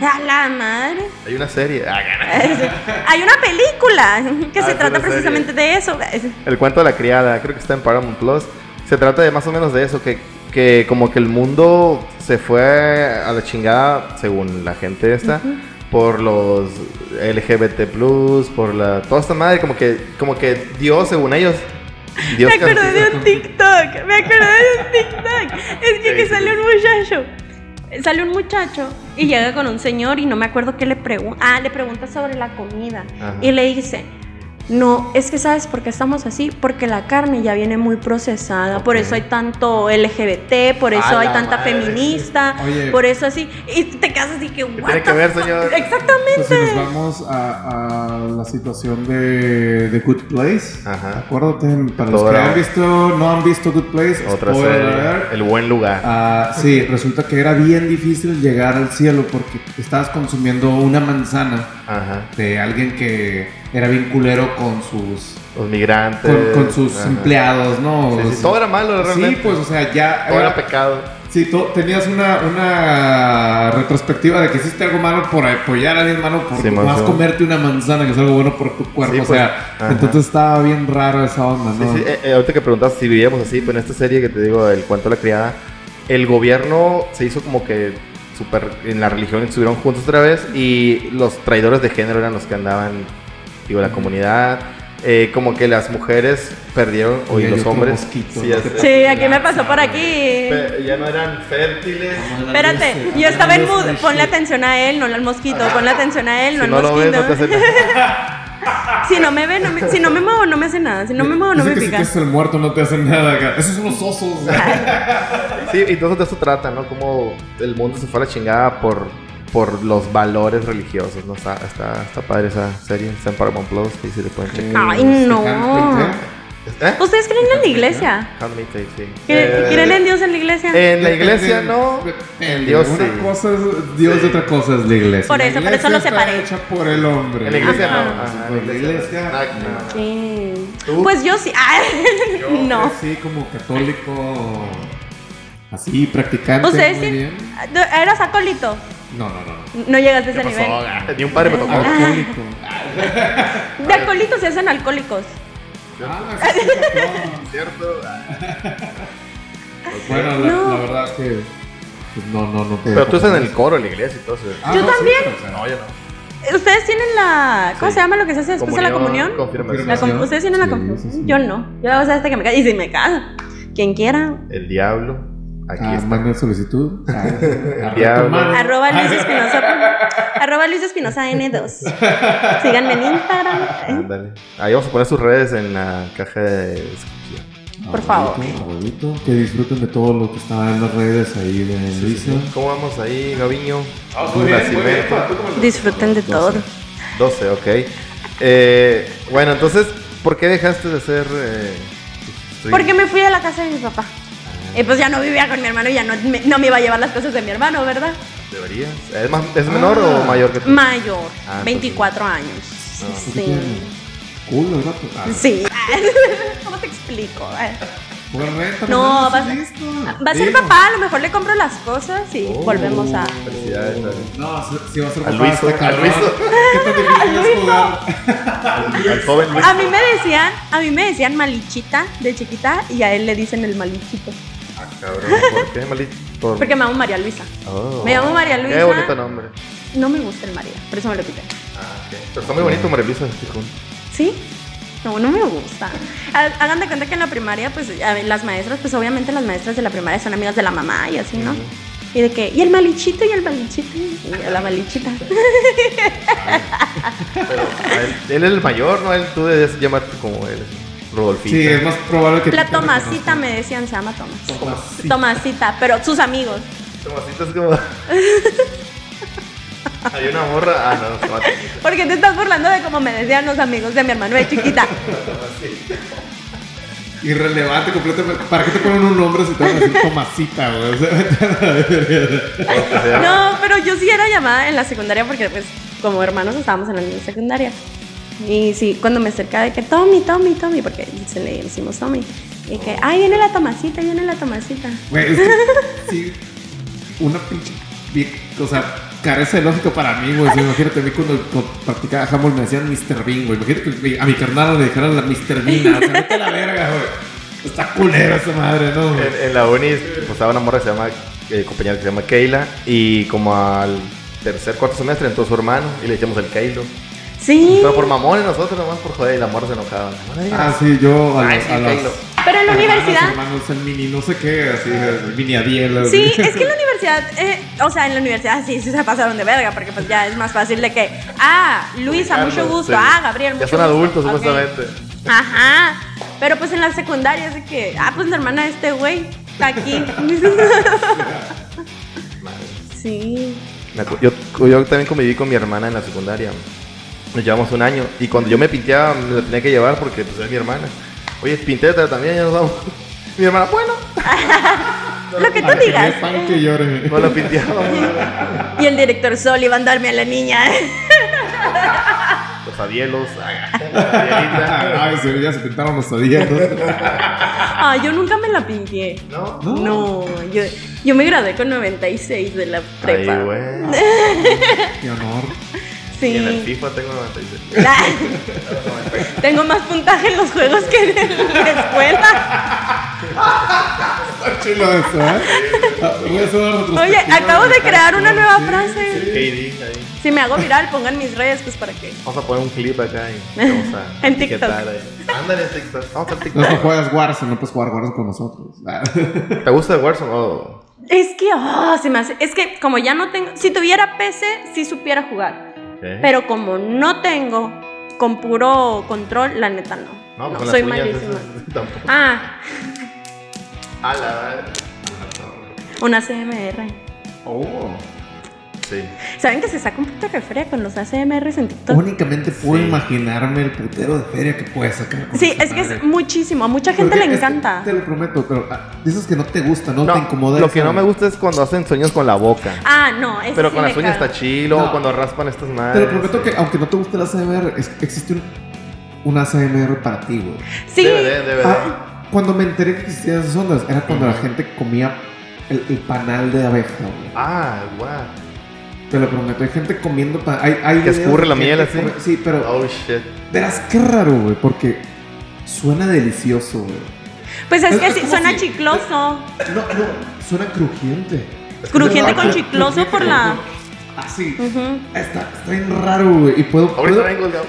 A la madre. <laughs>
Hay una serie. Ah, gana.
Hay una película que
Ah,
se
es
trata
una serie.
precisamente de eso.
El cuento de la criada, creo que está en Paramount Plus. Se trata de más o menos de eso, que, que como que el mundo se fue a la chingada, según la gente esta, por los LGBT+, por la... Toda esta madre, como que, como que Dios, según ellos, Dios
me acordé
castiga.
de un TikTok, me acordé de un TikTok. Es que, que
Sí, sí,
sale un muchacho. Sale un muchacho y llega con un señor y no me acuerdo qué le pregunta. Ah, le pregunta sobre la comida.
Ajá.
Y le dice, no, es que sabes por qué estamos así, porque la carne ya viene muy procesada. Por
Ok.
eso hay tanto LGBT, por eso
A
hay
la
tanta
madre.
feminista,
Oye.
por eso así. Y te quedas así que,
¿Qué
"What
tiene que
the
ver,
fuck?".
señor?
Exactamente.
Pues si nos vamos a, a la situación de, de Good Place,
Ajá.
acuérdate, para los que
Toda-
han visto, no han visto Good Place,
Otra
spoiler
serie.
alert.
El buen lugar.
Ah, sí, resulta que era bien difícil llegar al cielo porque estabas consumiendo una manzana
Ajá.
de alguien que era bien culero con sus
Los migrantes.
con, con sus
ajá.
empleados, ¿no?
Sí, sí, todo era malo, realmente.
Sí, pues, o sea, ya
Todo era
era-
pecado.
Sí, tú tenías una, una retrospectiva de que hiciste algo malo por apoyar a alguien malo, por
Sí,
tu-
más
vas a
o-
comerte una manzana que es algo bueno por tu cuerpo.
Sí,
o
pues,
sea,
ajá.
entonces estaba bien raro esa onda,
Sí,
¿no?
sí, eh, eh, ahorita que preguntas si vivíamos así, pero en esta serie que te digo, El cuento de la criada, el gobierno se hizo como que súper en la religión estuvieron juntos otra vez y los traidores de género eran los que andaban, digo, la comunidad. eh, como que las mujeres perdieron, o y
Oye, hay
los
otro
hombres.
mosquito,
Pues sí,
¿no?
ya
Que
sé.
Sí, aquí me pasó por aquí.
Pe- ya no eran fértiles.
Espérate, yo estaba en mood. Ponle atención a él, no al mosquito. Ponle atención a él, no
este Si
al
no lo ves,
mosquito.
no te hace nada.
Si no me ve, no me- si no me muevo, no me hace nada. Si no me muevo, no
Dice
me
Eh, que si te
pica.
haces el muerto no te hacen nada acá. Esos son los osos. güey.
Sí, y entonces de eso trata, ¿no? Como el mundo se fue a la chingada por, por los valores religiosos, ¿no? Está, está, está padre esa serie, está en Paramount Plus, y si le pueden checar.
Ay,
Este,
<laughs> no.
Handmaid's Tale.
¿Eh?
¿Ustedes creen en la iglesia?
Handmaid's Tale, sí.
¿Cre-
Eh,
¿Creen en Dios en la iglesia?
En la iglesia,
Depende-
¿no.
depende.
En Dios,
Una
sí.
cosa es Dios y otra cosa es la iglesia.
Por
la
eso, por eso
iglesia
lo
está
separé.
hecha por el hombre.
En la iglesia Ah, no.
Ajá.
Ajá,
Por
en
la iglesia.
Nada que
no.
nada.
Sí.
¿Tú?
Pues yo sí.
<laughs>
Ah, no.
Sí, como católico. Así, practicante.
¿Ustedes
muy
sí?
bien.
¿Eras acólito?
No, no, no. no.
No llegaste a ese nivel.
Ni un padre me tocó.
Ah.
Alcohólico.
De acólitos se hacen alcohólicos.
Ah, sí,
<laughs>
sí, no.
¿Cierto?
Pues Bueno, la,
No.
la verdad es que. pues, no, no, no.
Pero tú estás en el coro, en la iglesia y todo eso.
Ah,
Yo
no, sí,
también.
pero, o sea,
No, yo no.
¿Ustedes tienen la. ¿Cómo
Sí.
se llama lo que se hace después de la comunión?
Confirmación.
La com-
¿Confirmación?
¿Ustedes tienen la
Sí,
confirmación?
sí, sí.
Yo no. Yo hago hasta que me caso. Y si me caso, quien quiera.
El diablo. Aquí
Ah,
está.
manden solicitud. <laughs> Ah, arroba
Diablo.
tu mano.
Arroba Luis
Ah,
Espinosa.
<laughs>
arroba Luis Espinosa N2. Síganme en
¿eh?
Instagram.
Ándale. Ahí vamos a poner sus redes en la caja de descripción.
Por favor.
Abuelito, abuelito, que disfruten de todo lo que está en las redes ahí de Luisa.
¿Cómo vamos ahí, Gaviño?
Ah,
Nacimiento.
Disfruten de todo.
12, ok. Eh, bueno, entonces, ¿por qué dejaste de hacer eh, stream?
Porque me fui a la casa de mi papá. Y pues ya no vivía con mi hermano y ya no me, no me iba a llevar las cosas de mi hermano, ¿verdad?
¿Deberías? ¿Es, más- es menor
Ah.
o mayor que tú?
Mayor,
Ah, entonces-
24 años.
Ah.
¿Por qué
Sí.
tiene? Culo, el gato. Ah,
Sí. <laughs> ¿Cómo te explico?
Ah.
correcto,
No,
pues,
va a ser-
listo.
Va a ser
Digo.
papá, a lo mejor le compro las cosas y
Oh.
volvemos a.
Felicidades, a-
No, sí, sí va a ser
A
papá.
Luiso,
está
a
cabrón.
Luiso.
¿Qué tan
<laughs>
difícil es jugar?
al joven Luis.
A mí me decían, a mí me decían malichita de chiquita y a él le dicen el malichito.
Ah, cabrón, ¿por qué, Malito? Por-
Porque me llamo María Luisa.
Oh.
me llamo María Luisa.
Qué bonito nombre.
No me gusta el María, por eso me lo quité.
Ah, ok. Pero está muy bonito María Luisa. este fijón.
¿Sí? No, no me gusta. Ha- Hagan de cuenta que en la primaria, pues a ver, las maestras, pues obviamente las maestras de la primaria son amigas de la mamá y así, ¿no?
Ujú.
Y de que, y el malichito, y el malichito, y la malichita.
Pero a él, él es el mayor, ¿no? Él, tú debes llamarte como él. Rodolfito.
Sí, es más probable que.
La
te
Tomasita me decían, se llama Tomás.
reconozcan.
Tomasita, pero sus amigos.
Tomasito es
<laughs>
como. Hay una morra. Ah, no, Tomasito.
Porque te estás burlando de cómo me decían los amigos de mi hermano de
<laughs>
chiquita. <laughs>
Irrelevante completamente. ¿Para qué te ponen un nombre si te van a decir Tomasita, güey? O sea, vete a la verga.
Porque se llama-
No, pero yo sí era llamada en la secundaria porque pues como hermanos estábamos en la misma secundaria. Y sí, cuando me acercaba de que Tommy, Tommy, Tommy, porque se le decimos Tommy. Y que, ay, viene la tomacita, viene la tomacita.
Güey, es que
<laughs>
sí, una pinche. vie- O sea, carece de lógica para mí, güey. O sea, imagínate, a mí cuando, cuando practicaba handball me decían Mr. Bean, güey. Imagínate que a mi carnal le dijeran la Mr. Bean. O sea, vete a la verga, güey. Está culera esa madre, ¿no? güey?
En, en la uni pues, estaba una morra que se llama, eh, compañera que se llama Keila, y como al tercer, cuarto semestre entró su hermano y le decíamos el Keilo.
Sí.
Pero por mamones nosotros nomás por joder y la morra se enojaba. No le digas.
Ah, sí, yo a,
Ay,
los-
sí,
a las
tengo.
Pero en la
hermanas,
universidad.
hermanos, el mini no sé qué, así, el mini Adiel.
Sí, es que en la universidad, eh, o sea, en la universidad sí, sí se pasaron de verga, porque pues ya es más fácil de que, ah, Luisa, mucho
Carlos,
gusto,
sí.
ah, Gabriel, mucho
Ya son
gusto.
adultos,
Ok.
supuestamente.
Ajá, pero pues en la secundaria es de que, ah, pues la hermana de este güey
<laughs>
está aquí. sí,
Me acu- Yo, yo también conviví con mi hermana en la secundaria. Nos llevamos un año. Y cuando yo me pinteaba, me la tenía que llevar porque pues, es mi hermana. Oye, pinteta también, ya nos vamos. <laughs> Mi hermana, bueno,
<laughs>
lo que tú digas.
pan que
<laughs>
llore.
nos la pinteábamos.
Y el director Sol iba a andarme a la niña. <laughs>
Los avielos. la
<laughs>
avielita.
Ay, se, ya se pintaron los adielos.
Ah, yo nunca me la pinté.
¿No?
No.
No, yo, yo me gradué con 96 de la
Ay,
prepa.
güey.
<laughs>
Qué honor.
Y en el
Sí.
FIFA tengo 96.
La- <laughs> Tengo más puntaje en los juegos que en la escuela.
Está chulo eso, ¿eh? Ah, voy a hacer una retrospectiva
Oye, acabo de crear una nueva
Sí,
frase.
sí.
KD, ahí.
Si me hago viral, pongan mis redes, pues para qué.
Vamos a poner un clip acá y vamos a
<laughs> En
etiquetar ahí. Ándale, TikTok. Vamos a
No que
<laughs>
TikTok.
juegas Warzone, no puedes jugar Warzone con nosotros.
<laughs>
Ah.
¿Te gusta Warzone? Oh.
Es que, ah, se me hace- Es que como ya no tengo. Si tuviera PC, sí supiera jugar.
ok.
Pero como no tengo, con puro control, la neta no.
no, pues
No,
con
soy
las uñas
malísima.
esas, <laughs> Tampoco.
Ah,
A la verdad.
una CMR.
Oh.
Sí.
¿Saben que se saca un puto refresco con los ACMRs en TikTok?
Únicamente puedo
Sí.
imaginarme el putero de feria que puedes sacar. con
Sí,
esa
es que
madre.
es muchísimo. A mucha gente
Porque
<laughs>
le
es que
encanta.
Te lo prometo, pero ah, dices que no te gusta, no, te incomoda.
lo
eso.
que no me gusta es cuando hacen sueños con la boca.
Ah, no, eso
pero
sí
con
me
las uñas
caga.
está chilo,
No.
cuando raspan estas
Te
madres.
lo prometo que aunque no te guste la ACMR, es- existe un, un ACMR para ti, güey.
Sí,
DVD, DVD.
Ah, cuando me enteré que existían esas ondas, era cuando la gente comía el, el panal de abeja, güey.
Ah, guau.
Te lo prometo, hay gente comiendo panal. Hay, hay
Que
videos
escurre
de
la
gente
miel
que
así.
come- Sí, pero
Oh shit.
verás qué raro, güey, porque suena delicioso, güey.
pues es que
Es
sí,
como
suena
si-
chicloso.
No, no, suena crujiente.
Crujiente con
Ah,
chicloso por la.
Así.
Ujú.
Ah, Está, está bien raro, güey. Y puedo.
Ahorita
puedo-
vengo, Gabo.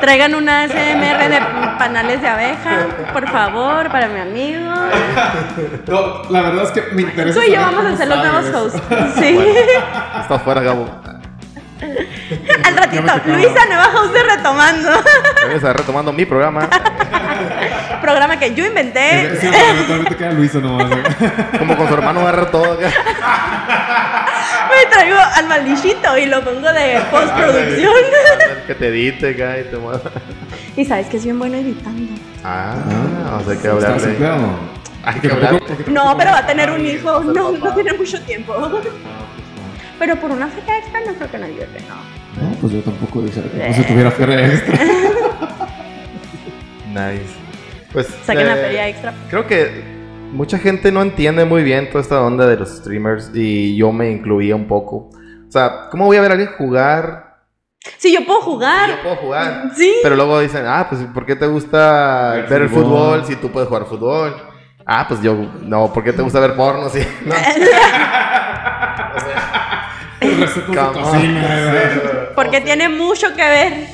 Traigan una ASMR de panales de abeja, por favor, para mi amigo.
No, la verdad es que me interesa.
Tú y yo
saber
vamos a
cómo
ser los
sabe
nuevos
eso.
hosts. Sí. <laughs>
Está fuera, Gabo.
Al ratito,
acabo.
Luisa, nueva host de Retomando. <laughs>
Me voy a estar retomando mi programa.
Programa que yo inventé.
Sí, pero totalmente queda Luisa nomás. güey.
Como con su hermano agarra todo <laughs> acá.
Me traigo al maldichito y lo pongo de postproducción.
Que te edite acá y te mueva.
Y sabes que es bien bueno editando.
Ah, o sea, que
¿Estás
hablarle.
empleado?
Hay que hablarle.
No, pero va a tener un hijo. No,
papá.
no tiene mucho tiempo. Pero por una fecha extra no creo que nadie ayude, no.
No, pues yo tampoco dije que
Eh.
no se tuviera feria
<laughs>
extra.
Nice. Pues.
Saquen la
eh,
feria extra.
Creo que mucha gente no entiende muy bien toda esta onda de los streamers y yo me incluía un poco. O sea, ¿cómo voy a ver a alguien jugar?
Si yo puedo
Yo
jugar.
puedo jugar.
Sí.
Pero luego dicen, ah, pues ¿por qué te gusta
Ver
ver el
fútbol.
fútbol si tú puedes jugar fútbol? Ah, pues yo, no, ¿por qué te gusta ver porno? <laughs> si no,
Recetas de
come on.
cocina. güey.
Porque tiene mucho que ver.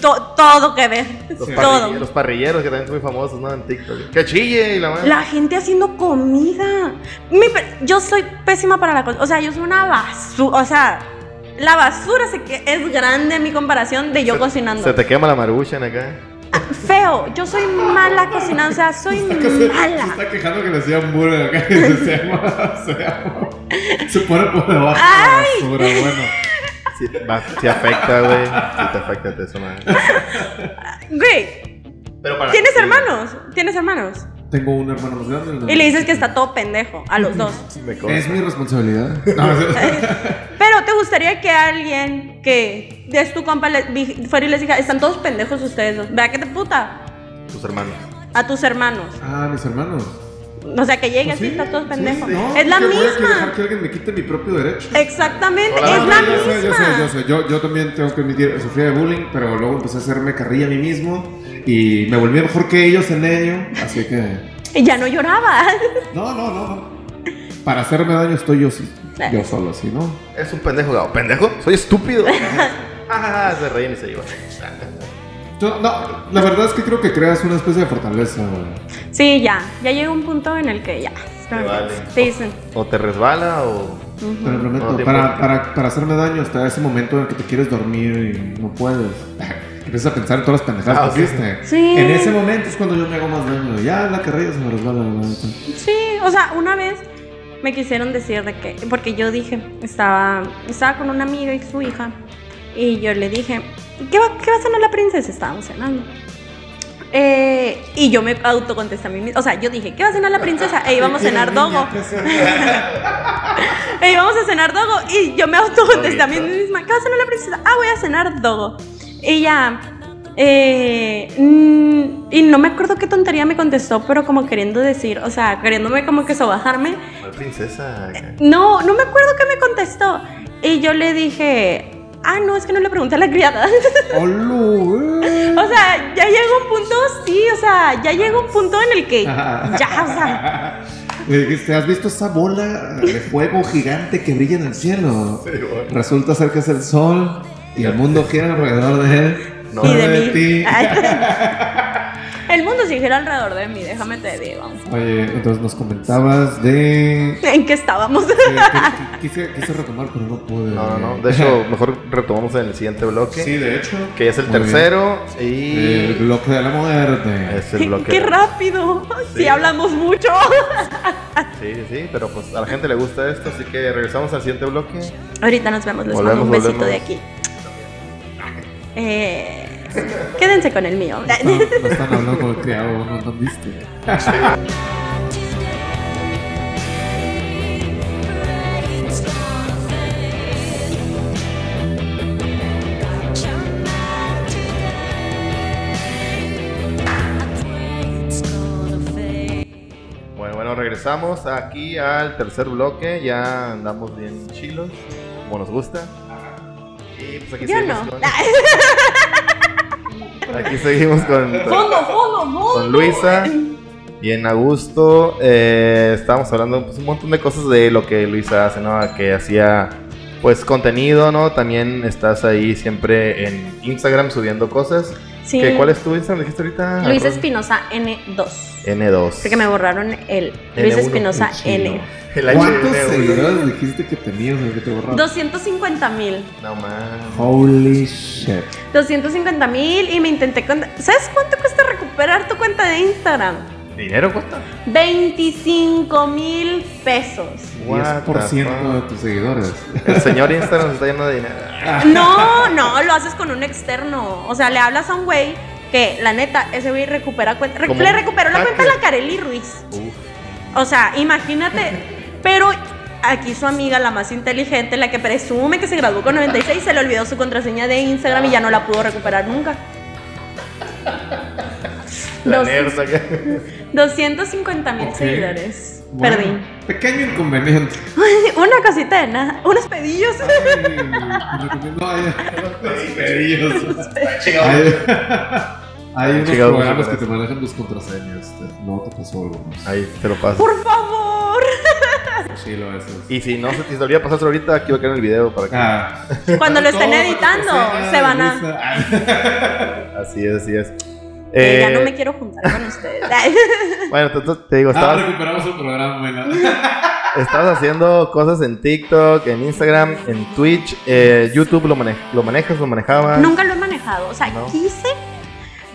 to- todo que ver.
Los, parrilleros,
Todo.
los parrilleros que también son muy famosos, ¿no? En TikTok. Que chille y la madre.
La gente haciendo comida. Mi pe- yo soy pésima para la cosa. O sea, yo soy una basura. O sea, la basura se que es grande en mi comparación de yo cocinando.
Se te quema la maruchan acá.
Feo. Yo soy mala cocinando. O sea, soy
Que se, se
mala.
está quejando que <laughs> le hacían burro acá y se se llama- se llama- Se pone por debajo de la
Ay.
basura, bueno.
Si afecta, güey. Si te afecta te eso, madre.
Güey,
Pero para
¿tienes hermanos? ¿Tienes hermanos?
Tengo un hermano más
Mm.
grande.
Y le dices que está todo pendejo a los dos.
Me consta.
Es mi <laughs> responsabilidad. No, es-
Pero te gustaría que alguien que es tu compa le, dij- fuera y les dijera, están todos pendejos ustedes dos. Vea que te puta
Tus hermanos.
a tus hermanos.
Ah, mis hermanos.
O sea, que llegues
Pues sí,
y están todos
sí,
pendejos.
no,
es la
que voy a dejar
misma.
que alguien me quite mi propio derecho.
Exactamente,
Hola,
es
hola,
la
yo sé, yo sé,
misma.
yo sé. Yo, yo también tengo que admitir, sufrí de bullying, pero luego empecé a hacerme carrilla a mí mismo y me volví mejor que ellos en ello. Así que.
Y ya no lloraba. <laughs>
No, no, no. no. Para hacerme daño estoy yo, sí-
Eh.
yo solo, ¿sí, no?
<laughs>
Es un pendejo, Gabo. ¿Pendejo? Soy estúpido. Ah, se reían y se iban.
Yo- no, la verdad es que creo que creas una especie de fortaleza, güey.
Sí, ya. Ya llega un punto en el que ya.
Te vale.
Te dicen.
O te resbala o.
Te lo prometo.
No, te
para,
importa.
para, para hacerme daño hasta ese momento en el que te quieres dormir y no puedes. <laughs> Empiezas a pensar en todas las pendejadas
Ah,
que
ok.
hiciste.
Sí.
En ese momento es cuando yo me hago más daño. Ya la carrera se me resbala. la neta.
Sí, o sea, una vez me quisieron decir de que, porque yo dije, estaba, estaba con una amiga y su hija, y yo le dije, ¿qué va, qué va a cenar la princesa? Estábamos cenando. Eh, y yo me autocontesté a mí misma. O sea, yo dije, ¿qué va a cenar la princesa? E íbamos a cenar dogo.
pues.
e íbamos a cenar dogo. Y yo me autocontesté a mí
Solita.
misma, ¿qué va a cenar la princesa? Ah, voy a cenar dogo. Y ya. eh, mm, y no me acuerdo qué tontería me contestó, pero como queriendo decir, o sea, queriéndome como que sobajarme.
La princesa. acá.
No, no me acuerdo qué me contestó. Y yo le dije, ah, no, es que no le pregunté a la criada.
<laughs>
<laughs>
¡Olu! eh.
O sea, ya llega un punto, sí, o sea, ya llega un punto en el que ya, o sea,
Le dijiste, ¿has visto esa bola de fuego gigante que brilla en el cielo?
Sí, bueno.
Resulta ser que es el sol y el mundo gira alrededor de él.
No.
y
pero
de mí.
ti.
Ay. <laughs> El mundo se gira alrededor de mí, déjame te digo.
Oye, entonces nos comentabas de...
¿En qué estábamos?
de- que- Quise, quise retomar, pero no pude.
No, no, no. De <laughs> hecho, mejor retomamos en el siguiente bloque.
sí, de hecho.
Que es el
Muy
tercero.
bien. El
Y.
bloque de la muerte.
Es el bloque.
<laughs> ¡Qué rápido! Si
Sí.
hablamos mucho.
Sí, sí, sí. Pero pues a la gente le gusta esto. Así que regresamos al siguiente bloque.
Ahorita nos vemos, les mando
Volvemos,
un besito
volvemos.
de aquí. Eh, quédense con el mío.
No, Ah, no están hablando con el criado, no entendiste.
Bueno, bueno, regresamos aquí al tercer bloque. Ya andamos bien chilos, como nos gusta. Y pues aquí
<laughs> Yo
seguimos.
no.
Con, aquí seguimos con, con,
<laughs> ¡Fondo, fondo, fondo!
con Luisa. Bien a gusto. Eh, estábamos hablando pues, un montón de cosas de lo que Luisa hace, ¿no? Que hacía pues contenido, ¿no? También estás ahí siempre en Instagram subiendo cosas.
Sí.
¿Qué- ¿Cuál es tu Instagram? Dijiste ahorita.
Luisa
Arroba-
Espinosa N2.
N2.
Creo que me borraron el Luisa
N1,
Espinosa
Qué chido.
N.
El H
¿Cuántos
N1.
seguidores dijiste que tenías desde que te borraron?
250 mil.
No mames.
Holy shit.
250 mil y me intenté... con- ¿Sabes cuánto cuesta recuperar tu cuenta de Instagram?
¿Dinero cuesta?
25 mil pesos.
<laughs> What the
10% de
fuck.
tus seguidores.
El señor Instagram se está lleno de dinero.
No, no, lo haces con un externo. O sea, le hablas a un güey que, la neta, ese güey recupera cuenta.
Como
le
un
recuperó la cuenta a
hacker.
la Kareli Ruiz.
Uf.
O sea, imagínate. Pero aquí su amiga, la más inteligente, la que presume que se graduó con 96, se le olvidó su contraseña de Instagram y ya no la pudo recuperar nunca.
La
Dos-
nerd acá.
250 mil
Ok.
seguidores.
Bueno,
Perdí. <laughs>
Pequeño inconveniente. <laughs>
Una cosita de nada. Unos pedillos.
Ah. No, <laughs> hay, <laughs> hay,
Chingado.
hay unos
Chingado,
programas
muchas
que te
gracias.
manejan tus contraseñas. te- No te pasó algo.
Ahí te lo paso.
Por favor.
pues Sí, lo haces.
Y si no se te olvida pasárselo ahorita, aquí va a quedar en el video para que.
Ah.
Cuando lo estén
Todo
editando,
contraseña,
se van a.
Luisa.
Pues
Ah,
Así es, así es.
Eh, ya
Eh,
no me quiero juntar con ustedes.
Bueno, te, te- te digo,
Ah,
estabas,
recuperamos el programa,
<laughs>
bueno.
estabas haciendo cosas en TikTok, en Instagram, en Twitch, eh, YouTube, lo, mane- lo manejas, lo manejabas.
<laughs> Nunca lo he manejado. O sea,
Ah. No.
quise,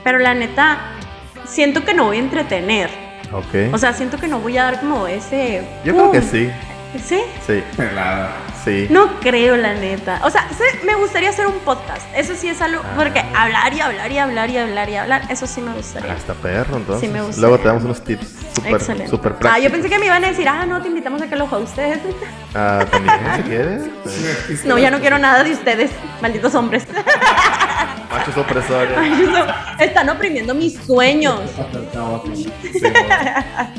pero la neta, siento que no voy a entretener.
Ok.
O sea, siento que no voy a dar como ese.
¿Eh? Yo creo que
¡pum!
sí.
¿Sí?
Sí,
Pelada.
sí.
No creo, la neta. O sea, sé- me gustaría hacer un podcast. Eso sí es algo.
Ah.
Porque hablar y hablar y hablar y hablar y hablar, eso sí me gustaría.
Hasta Ah, perro, entonces.
Sí, me gusta.
Luego te damos unos tips súper
Excelente.
super
ah, yo
prácticos.
pensé que me iban a decir, ah, no, te invitamos a que lo ustedes.
Ah, también, si quieres.
<laughs> <laughs> No, ya
<laughs>
no quiero nada de ustedes, malditos hombres. <laughs>
Machos opresores.
Están oprimiendo mis sueños.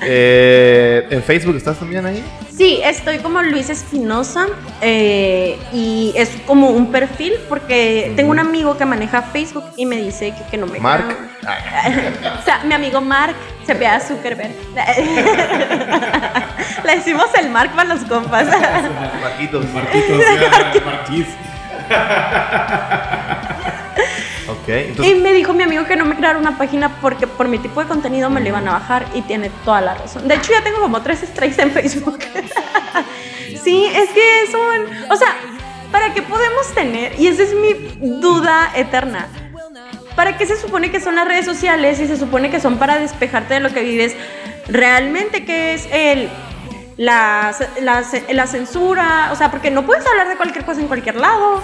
Eh, ¿En Facebook estás también ahí?
Sí, estoy como Luis Espinosa eh, y es como un perfil porque tengo un amigo que maneja Facebook y me dice que, que no me
Mark.
crean.
Ah,
o sea, mi amigo Mark se ve a Zuckerberg. <laughs> Le decimos el Mark para los compas.
Marquitos.
<laughs>
Marquitos, ya, Marquis.
Ok, entonces.
y me dijo mi amigo que no me creara una página porque por mi tipo de contenido me lo iban a bajar y tiene toda la razón. De hecho, ya tengo como tres strikes en Facebook. sí, es que es un... O sea, ¿para qué podemos tener? Y esa es mi duda eterna. ¿Para qué se supone que son las redes sociales y se supone que son para despejarte de lo que vives? ¿Realmente qué es el, la, la- la censura? O sea, porque no puedes hablar de cualquier cosa en cualquier lado.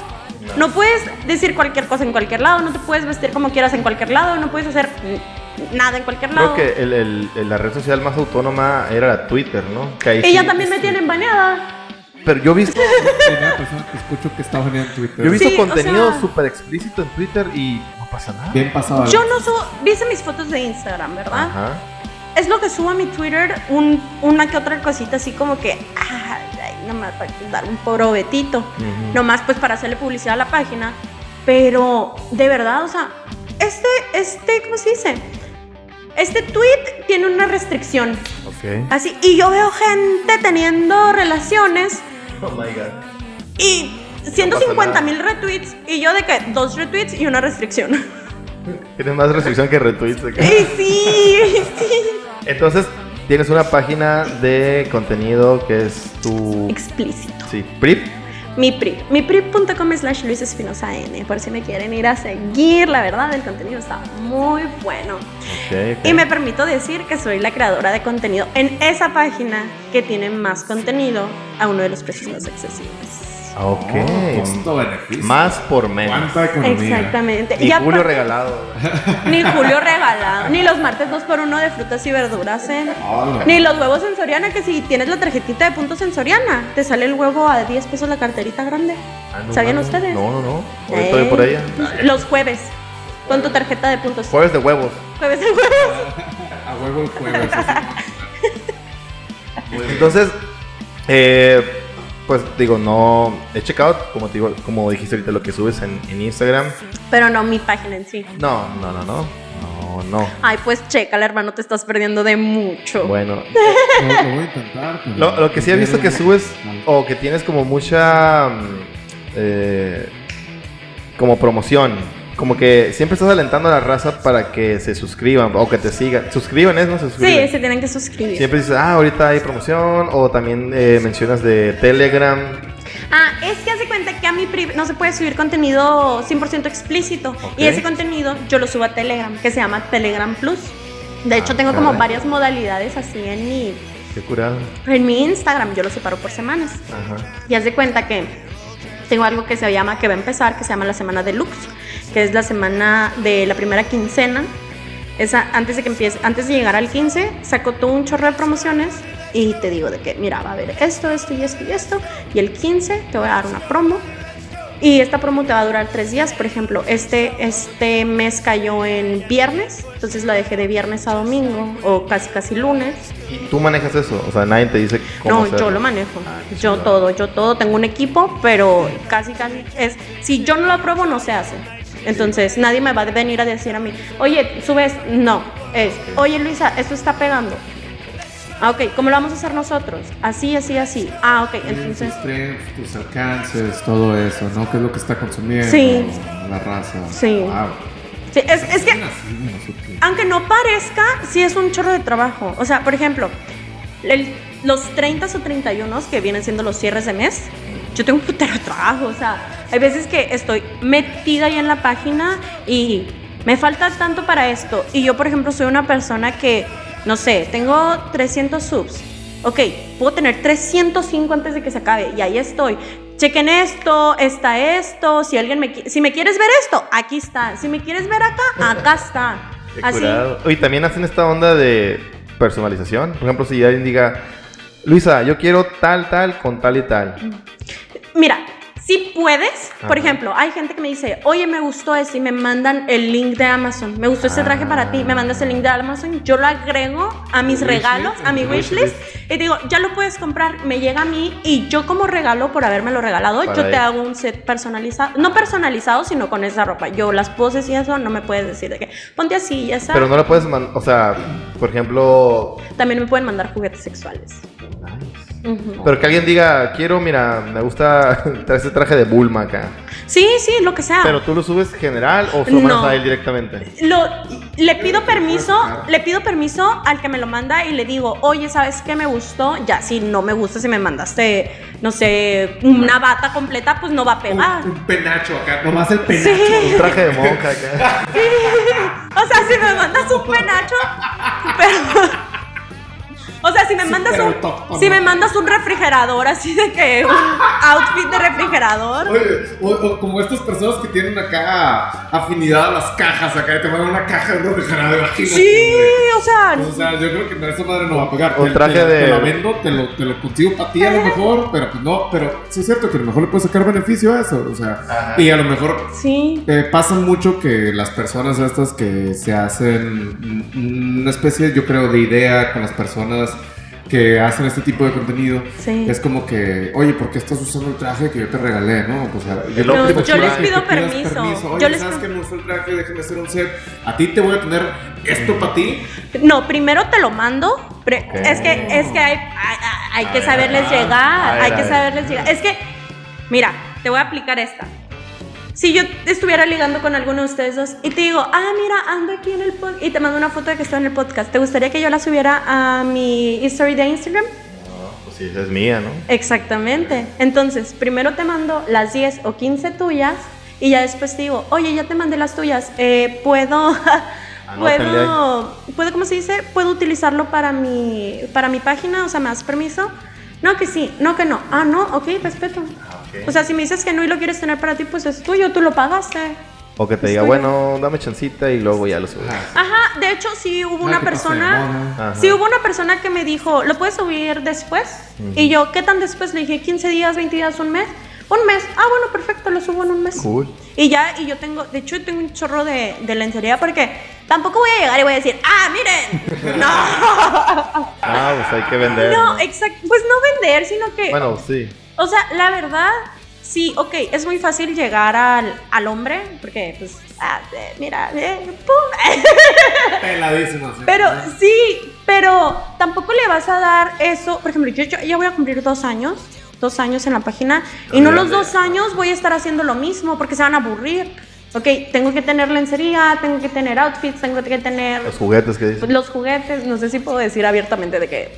No puedes decir cualquier cosa en cualquier lado, no te puedes vestir como quieras en cualquier lado, no puedes hacer mm, nada en cualquier lado.
Creo que el- el- el- la red social más autónoma era la Twitter, ¿no? Que ahí
Ella
sí-
también me tienen baneada.
Pero yo he visto,
Primera persona que pues, escucho que está baneada en
yo he
Twitter.
vi-
visto
Sí, o
contenido
sea-
súper explícito en Twitter y no pasa nada.
Bien pasado.
Yo no subo, viste mis fotos de Instagram, ¿verdad?
Ajá.
Es lo que subo a mi Twitter, un- una que otra cosita así como que, ah, ay, nomás para dar un probetito,
Ujú.
nomás pues para hacerle publicidad a la página, pero de verdad, o sea, este, este, ¿cómo se dice? Este tweet tiene una restricción,
Ok.
así, y yo veo gente teniendo relaciones
Oh my god.
y
nada.
150 mil retweets y yo de que dos retweets y una restricción. <laughs>
Tienes más restricción que retweets. acá.
y sí,
<laughs>
y sí.
Entonces, tienes una página de contenido que es tu.
Explícito.
Sí, PRIP.
Mi PRI, miprip.com slash Luis Espinosa N, por si me quieren ir a seguir, la verdad el contenido está muy bueno.
Ok, ok.
Y me permito decir que soy la creadora de contenido en esa página que tiene más contenido a uno de los precios más accesibles.
Ah, Ok.
Oh, pues, Costo-beneficio.
Más por menos.
¿Cuánta economía?
Exactamente.
Y
Ya
Ah, Julio
por-
regalado.
ni Julio regalado, ni los martes 2 por 1 de frutas y verduras, ¿eh?
Hola.
Ni los huevos sensoriana, que si tienes la tarjetita de punto sensoriana, te sale el huevo a 10 pesos la carterita grande.
Ah, no,
¿Sabían
no,
ustedes? Eh.
No, no, no. Hoy estoy por
Ey.
ella.
Los jueves. Con tu tarjeta de puntos.
Jueves de huevos.
Jueves en jueves.
A huevo el jueves. así.
Entonces, eh, pues digo, no. He checado, como, te digo, como dijiste ahorita, lo que subes en, en Instagram.
Pero no mi página en sí.
No, no, no, no. No, no.
Ay, pues chécala, hermano, te estás perdiendo de mucho.
Bueno,
Lo, lo voy a intentar. pero-
Lo, lo que sí he visto que subes o que tienes como mucha mm, eh, como promoción. Como que siempre estás alentando a la raza para que se suscriban o que te sigan. Suscriban es, ¿no? Se
sí,
suscriben.
se tienen que suscribir.
Siempre dices, ah, ahorita hay promoción. O también eh, mencionas de Telegram.
Ah, es que hace cuenta que a mi pri- no se puede subir contenido 100% explícito.
Ok.
Y ese contenido yo lo subo a Telegram, que se llama Telegram Plus. De hecho,
Ah,
tengo como
caray.
varias modalidades así en mi,
Qué curado.
en mi Instagram. Yo lo separo por semanas.
Ajá.
Y haz de cuenta que tengo algo que se llama, que va a empezar, que se llama la semana de Lux, que es la semana de la primera quincena. Esa, antes de que empiece, antes de llegar al 15, saco todo un chorro de promociones y te digo de que, mira, va a haber esto, esto y esto y esto. Y el 15 te voy a dar una promo. Y esta promo te va a durar tres días. Por ejemplo, este, este mes cayó en viernes, entonces la dejé de viernes a domingo o casi casi lunes.
¿Y tú manejas eso? O sea, nadie te dice cómo
No,
hacerlo.
yo lo manejo.
Ah, qué
yo
chulada.
todo, yo todo. Tengo un equipo, pero casi, casi es. Si yo no lo apruebo, no se hace. Entonces, nadie me va a venir a decir a mí, oye, subes. No. Es, oye, Luisa, esto está pegando. Ah, ok, ¿cómo lo vamos a hacer nosotros? Así, así, así. Ah, ok,
Tus
entonces.
strengths, tus alcances, todo eso, ¿no? ¿Qué es lo que está consumiendo
Sí.
la raza?
Sí.
Wow.
Sí, es, es que,
que.
aunque no parezca, sí es un chorro de trabajo. O sea, por ejemplo, el- los 30 o 31 que vienen siendo los cierres de mes, yo tengo un putero de trabajo. O sea, hay veces que estoy metida ya en la página y me falta tanto para esto. Y yo, por ejemplo, soy una persona que, no sé, tengo 300 subs. Ok, puedo tener 305 antes de que se acabe y ahí estoy. Chequen esto, está esto. Si alguien me, qui- si me quieres ver esto, aquí está. Si me quieres ver acá, acá está.
Qué
Así.
curado. Y también hacen esta onda de personalización. Por ejemplo, si alguien diga, Luisa, yo quiero tal, tal, con tal y tal.
Mira, si puedes, por
Ajá.
ejemplo, hay gente que me dice, oye, me gustó esto y me mandan el link de Amazon. Me gustó este traje para
Ah.
ti, me mandas el link de Amazon, yo lo agrego a mis
Wishlist,
regalos, a mi
tu
wishlist, y digo, ya lo puedes comprar, me llega a mí y yo como regalo por habérmelo regalado,
Para
yo
ahí.
te hago un set personalizado, no personalizado, sino con esa ropa. Yo las poses y eso, no me puedes decir de que ponte así y esa.
Pero no lo puedes mandar, o sea, por ejemplo,
También me pueden mandar juguetes sexuales. Ujú.
<laughs> pero que alguien diga, quiero, mira, me gusta traer ese traje de este Bulma acá.
Sí, sí, lo que sea.
Pero tú lo subes general o subes
Ah. No.
a él directamente.
Lo- le pido permiso, le pido permiso al que me lo manda y le digo, oye, ¿sabes qué me gustó? Ya, si no me gusta, si me mandaste, no sé, una bata completa, pues no va a
Un,
pegar.
un penacho acá, nomás el penacho.
Sí,
Un traje de monja acá.
<laughs> o sea, si me mandas un penacho, pero... <laughs> O sea, si me
Sí,
mandas
pero
un,
autóctono.
si me mandas un refrigerador, así de que un outfit de refrigerador.
Oye, o, o como estas personas que tienen acá afinidad a las cajas, acá y te mandan una caja de un refrigerador de vagina.
Sí, o sea,
O sea, yo creo que no, esa madre no va a pegar.
O
Te-
traje
te,
de-
Te lo vendo, te lo, te lo consigo para ti a lo mejor, pero pues no. Pero sí es cierto que a lo mejor le puedes sacar beneficio a eso. O sea,
Ajá.
y a lo mejor
sí.
Eh, pasa mucho que las personas estas que se hacen un- una especie, yo creo, de idea con las personas que hacen este tipo de contenido.
Sí.
Es como que, oye, ¿por qué estás usando el traje que yo te regalé, no? Pues, o sea, yo
No,
creo que
yo
te pidas-
les
que
pido
te pidas
permiso.
Oye,
Yo les
¿sabes
pido-
que me gustó el traje? Déjame hacer un set. A ti te voy a tener esto para ti.
No, primero te lo mando. pre-
Ok.
Es que, es que hay, hay- hay
A
que
ver,
saberles
a ver.
llegar.
A ver,
hay
a
que
ver.
saberles llegar. Es que, mira, te voy a aplicar esta. Si yo estuviera ligando con alguno de ustedes dos y te digo, ah, mira, ando aquí en el podcast y te mando una foto de que estoy en el podcast, ¿te gustaría que yo la subiera a mi story de Instagram?
No, pues sí, esa es mía, ¿no?
Exactamente. Entonces, primero te mando las 10 o 15 tuyas y ya después te digo, oye, ya te mandé las tuyas, eh, puedo, <laughs> puedo, puedo, ¿cómo se dice? Puedo utilizarlo para mi, para mi página, o sea, ¿me das permiso? No, que sí, no, que no. Ah, no, ok, respeto.
Ah, ok.
O sea, si me dices que no y lo quieres tener para ti, pues es tuyo, tú lo pagaste.
O que te diga,
Estoy-
bueno, dame chancita y luego ya lo subes.
Ah. Ajá, de hecho sí hubo
Ah,
una
que pasa de
persona,
moda.
Ajá.
sí hubo una persona que me dijo, ¿lo puedes subir después? Y yo, ¿qué tan después? Le dije, 15 días, 20 días, un mes. Un mes. Ah, bueno, perfecto, lo subo en un mes.
Cool.
Y ya, y yo tengo, de hecho, tengo un chorro de, de lencería porque tampoco voy a llegar y voy a decir, ah,
<laughs>
miren. No,
Ah, pues hay que vender.
no,
¿no?
exacto. Pues no vender, sino que,
Bueno, sí.
o sea, la verdad, sí, ok, es muy fácil llegar al, al hombre porque, pues, ah, eh, mira, eh, pum. <laughs>
Peladísimo. así.
Pero sí, pero tampoco le vas a dar eso. Por ejemplo, yo, yo ya voy a cumplir dos años, dos años en la página, y no los dos años voy a estar haciendo lo mismo porque se van a aburrir. Ok, tengo que tener lencería, tengo que tener outfits, tengo que tener
Los juguetes que dicen.
los juguetes. No sé si puedo decir abiertamente de que.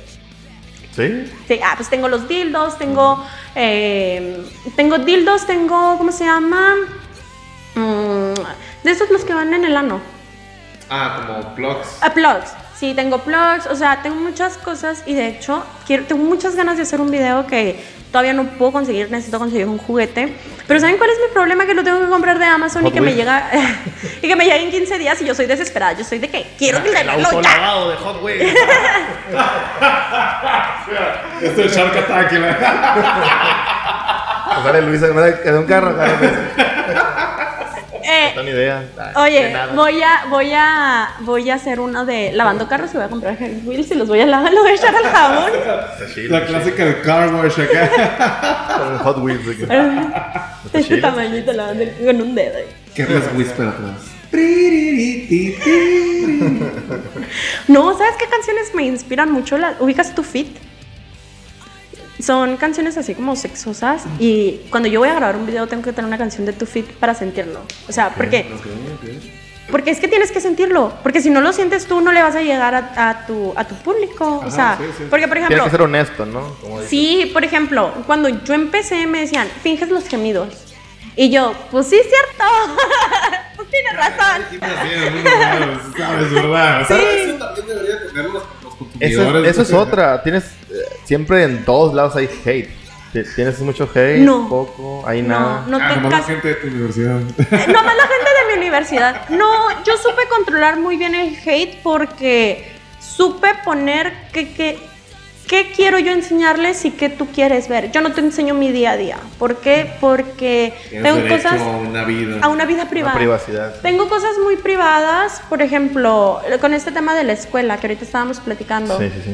Sí.
sí, ah, pues tengo los dildos, tengo. eh, tengo dildos, tengo. ¿Cómo se llama? Mm, de esos los que van en el ano.
Ah, como plugs.
A plugs. Sí, tengo plugs, o sea, tengo muchas cosas y de hecho quiero, tengo muchas ganas de hacer un video que todavía no puedo conseguir, necesito conseguir un juguete. Pero ¿saben cuál es mi problema? Que lo tengo que comprar de Amazon y
Hot
que me
Wheels.
llega <laughs> y que me llegue en 15 días y yo soy desesperada, yo soy de que quiero tenerlo ya.
lavado de Hot Wheels. <laughs> Esto es Shark Attack, ¿verdad?
Ojalá Pues Luisa que me da- que da un carro. ojalá, pues.
Eh,
No ni idea.
Oye, voy a, voy a, voy a hacer uno de lavando carros y voy a comprar Hot Wheels y los voy a lavar, los voy a echar al jabón. <laughs>
Está chido,
La
está
clásica del car wash acá.
chido. Con el Hot Wheels. de que-
De este tamañito lavando el- con un dedo.
Careless Whisper atrás.
No, ¿sabes qué canciones me inspiran mucho? La- ¿Ubicas tu fit? Son canciones así como sexosas y cuando yo voy a grabar un video tengo que tener una canción de tu fit para sentirlo. O sea, porque, porque es que tienes que sentirlo, porque si no lo sientes tú no le vas a llegar a, a tu, a tu público. o
Ajá,
sea,
sí, sí.
porque por
Tienes
ejemplo,
que ser honesto, ¿no? Como dice.
sí, por ejemplo, cuando yo empecé me decían, finges los gemidos. Y yo, pues sí, cierto. <laughs> pues tienes razón.
Sabes, ¿verdad?
Sí.
Eso también debería tener los, los
Eso,
consumidores.
eso es otra. Tienes eh, siempre en todos lados hay hate. Ti- Tienes mucho hate,
No.
poco, hay
No,
nada.
no
ah,
te
nomás la
cases.
gente de tu universidad.
No, más la gente de mi universidad. No, yo supe controlar muy bien el hate porque supe poner que, que- qué quiero yo enseñarles y qué tú quieres ver. Yo no te enseño mi día a día. ¿Por qué? Porque tengo cosas
a una vida.
a una vida
Una
privada.
privacidad.
Tengo cosas muy privadas, por ejemplo, con este tema de la escuela que ahorita estábamos platicando.
Sí, sí, sí.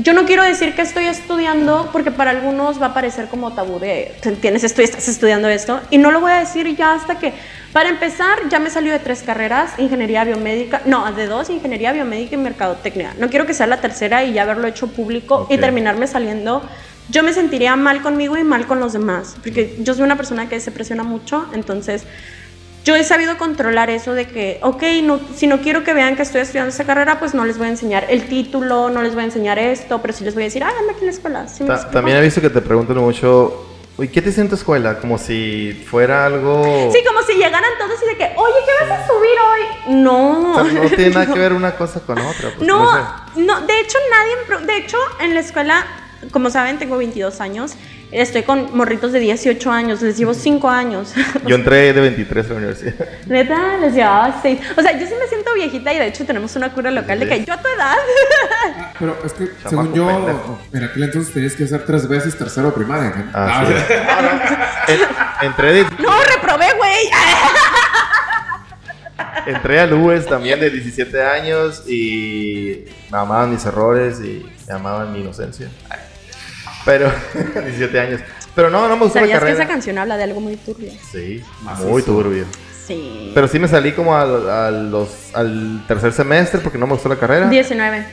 Yo no quiero decir que estoy estudiando porque para algunos va a parecer como tabú de tienes esto y estás estudiando esto y no lo voy a decir ya hasta que para empezar ya me salió de tres carreras, ingeniería biomédica, no, de dos, ingeniería biomédica y mercadotecnia. No quiero que sea la tercera y ya haberlo hecho público
Ok.
y terminarme saliendo yo me sentiría mal conmigo y mal con los demás, porque yo soy una persona que se presiona mucho, entonces yo he sabido controlar eso de que, ok, no, si no quiero que vean que estoy estudiando esa carrera, pues no les voy a enseñar el título, no les voy a enseñar esto, pero sí les voy a decir, ah, anda aquí en la escuela. ¿sí me
Ta-
explico?
también he visto que te preguntan mucho, uy, ¿qué te siento escuela? Como si fuera algo...
Sí, como si llegaran todos y de que, oye, ¿qué vas a subir hoy? No.
O
<laughs>
sea, no tiene nada que ver una cosa con otra. pues,
No,
sé.
no, de hecho nadie, me pro- de hecho en la escuela, como saben, tengo 22 años, estoy con morritos de 18 años, les llevo 5 años. <laughs>
Yo entré de 23 a la universidad.
Neta, les llevaba 6. O sea, yo sí me siento viejita y de hecho tenemos una cura local de que yo a tu edad.
Pero es que, según yo,
pendejo.
en aquel entonces tenías que hacer tres veces tercero de primaria. ¿no?
Ah, sí.
Ah,
En- entré, de-
No, reprobé, güey.
entré al UES también de 17 años y me amaban mis errores y me amaban mi inocencia. Pero, <laughs> 17 años. Pero no, no me gustó la
¿Sabías que
carrera.
esa canción habla de algo muy turbio?
Ah, Sí,
Más
muy
eso.
turbio.
Sí.
Pero sí me salí como al, a los- al tercer semestre porque no me gustó la carrera.
19.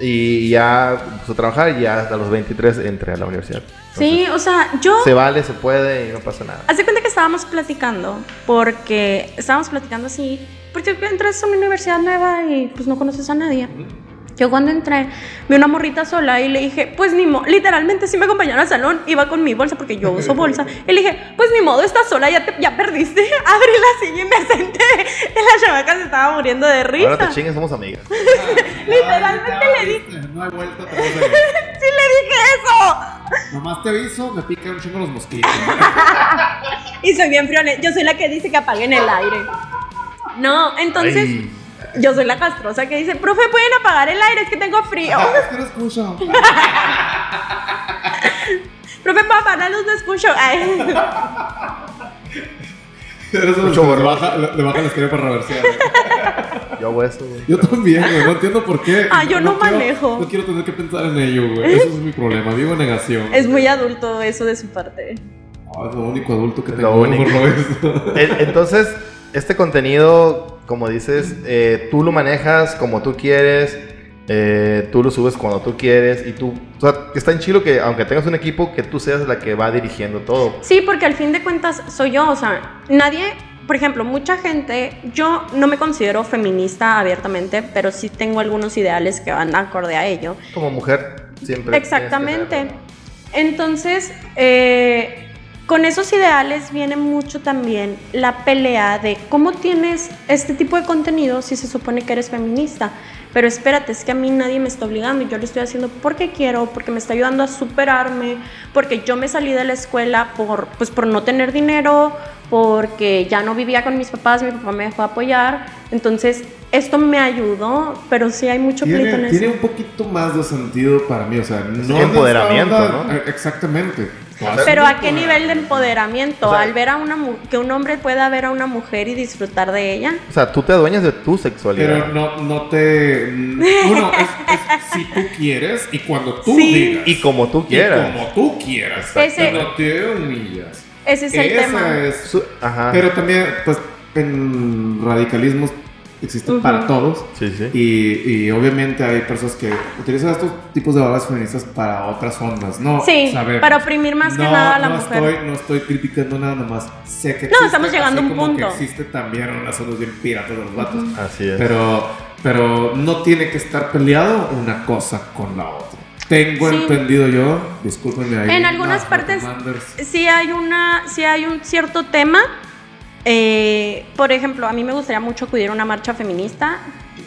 Y ya empecé a trabajar y ya hasta los 23 entré a la universidad.
Sí, o sea, yo...
Entonces, Se vale, se puede y no pasa nada.
Hace cuenta que estábamos platicando, porque estábamos platicando así, porque entras a una universidad nueva y pues no conoces a nadie. Yo cuando entré, vi una morrita sola y le dije, pues ni modo, literalmente sí me acompañaron al salón, iba con mi bolsa porque yo uso bolsa. Y le dije, pues ni modo, estás sola, ya, te- ya perdiste. <laughs> Abrí la silla y me senté. La chamaca se estaba muriendo de
Ahora te
risa.
chingues, somos amigas.
Literalmente
ya
le dije,
viste, Este, No he vuelto a tener-
<laughs> sí le dije eso.
Nomás te aviso, me pican un chingo
<laughs>
los mosquitos.
Y soy bien friolenta. Yo soy la que dice que apaguen el aire. No, entonces
Ay.
yo soy la castrosa que dice, profe, pueden apagar el aire, es que tengo frío.
Es que no escucho.
profe, para apagar la luz no escucho. Ay.
Eres
Mucho
le,
borracho.
baja, le, le baja la estrella para reversear. ¿eh?
Yo hago eso, güey.
Yo también, güey. No entiendo por qué.
Ah, yo no
quiero-
manejo.
no quiero tener que pensar en ello, güey. Eso es mi problema. Vivo en negación.
es muy adulto eso de su parte.
Ah, es lo único adulto que
Es
tengo.
lo único.
por lo visto.
<laughs>
E- Entonces, este contenido, como dices, eh, tú lo manejas como tú quieres, eh, tú lo subes cuando tú quieres y tú, o sea, está en chilo que aunque tengas un equipo, que tú seas la que va dirigiendo todo.
Sí, porque al fin de cuentas soy yo, o sea, nadie, por ejemplo, mucha gente, yo no me considero feminista abiertamente, pero sí tengo algunos ideales que van acorde a ello.
Como mujer, siempre.
Exactamente. Entonces, eh, con esos ideales viene mucho también la pelea de cómo tienes este tipo de contenido si se supone que eres feminista. Pero espérate, es que a mí nadie me está obligando y yo lo estoy haciendo porque quiero, porque me está ayudando a superarme, porque yo me salí de la escuela por, pues, por no tener dinero, porque ya no vivía con mis papás, mi papá me dejó apoyar. Entonces, esto me ayudó, pero sí hay mucho pleito en
Tiene, tiene
eso.
un poquito más de sentido para mí. O sea, no.
Es
de esta
empoderamiento,
onda-
¿no?
eh, Exactamente.
Pero a qué nivel de empoderamiento,
O sea,
al ver a una mu- que un hombre pueda ver a una mujer y disfrutar de ella.
O sea, tú te adueñas de tu
Pero
sexualidad.
no, no te. Bueno, es, es si tú quieres y cuando tú
Sí.
digas.
Y como tú quieras.
Y como tú quieras.
Ese-
No te humillas.
Ese es el
Esa
tema.
es
Su- Ajá.
Pero también, pues, en radicalismos existen
Ujú.
para todos.
sí, sí.
Y, y obviamente hay personas que utilizan estos tipos de babas feministas para otras ondas, ¿no?
sí,
Sabemos.
para oprimir más que
No,
nada a la
no
mujer.
Estoy, no estoy criticando nada más. Sé que
No, estamos llegando a
así
un
como que
punto.
existe también unas ondas bien piratas de los vatos.
Así es.
Pero, pero no tiene que estar peleado una cosa con la otra. Tengo
Sí.
entendido yo, discúlpenme ahí.
En algunas
Master
partes-
Commanders.
Sí hay una, sí hay un cierto tema. eh, por ejemplo, a mí me gustaría mucho acudir a una marcha feminista,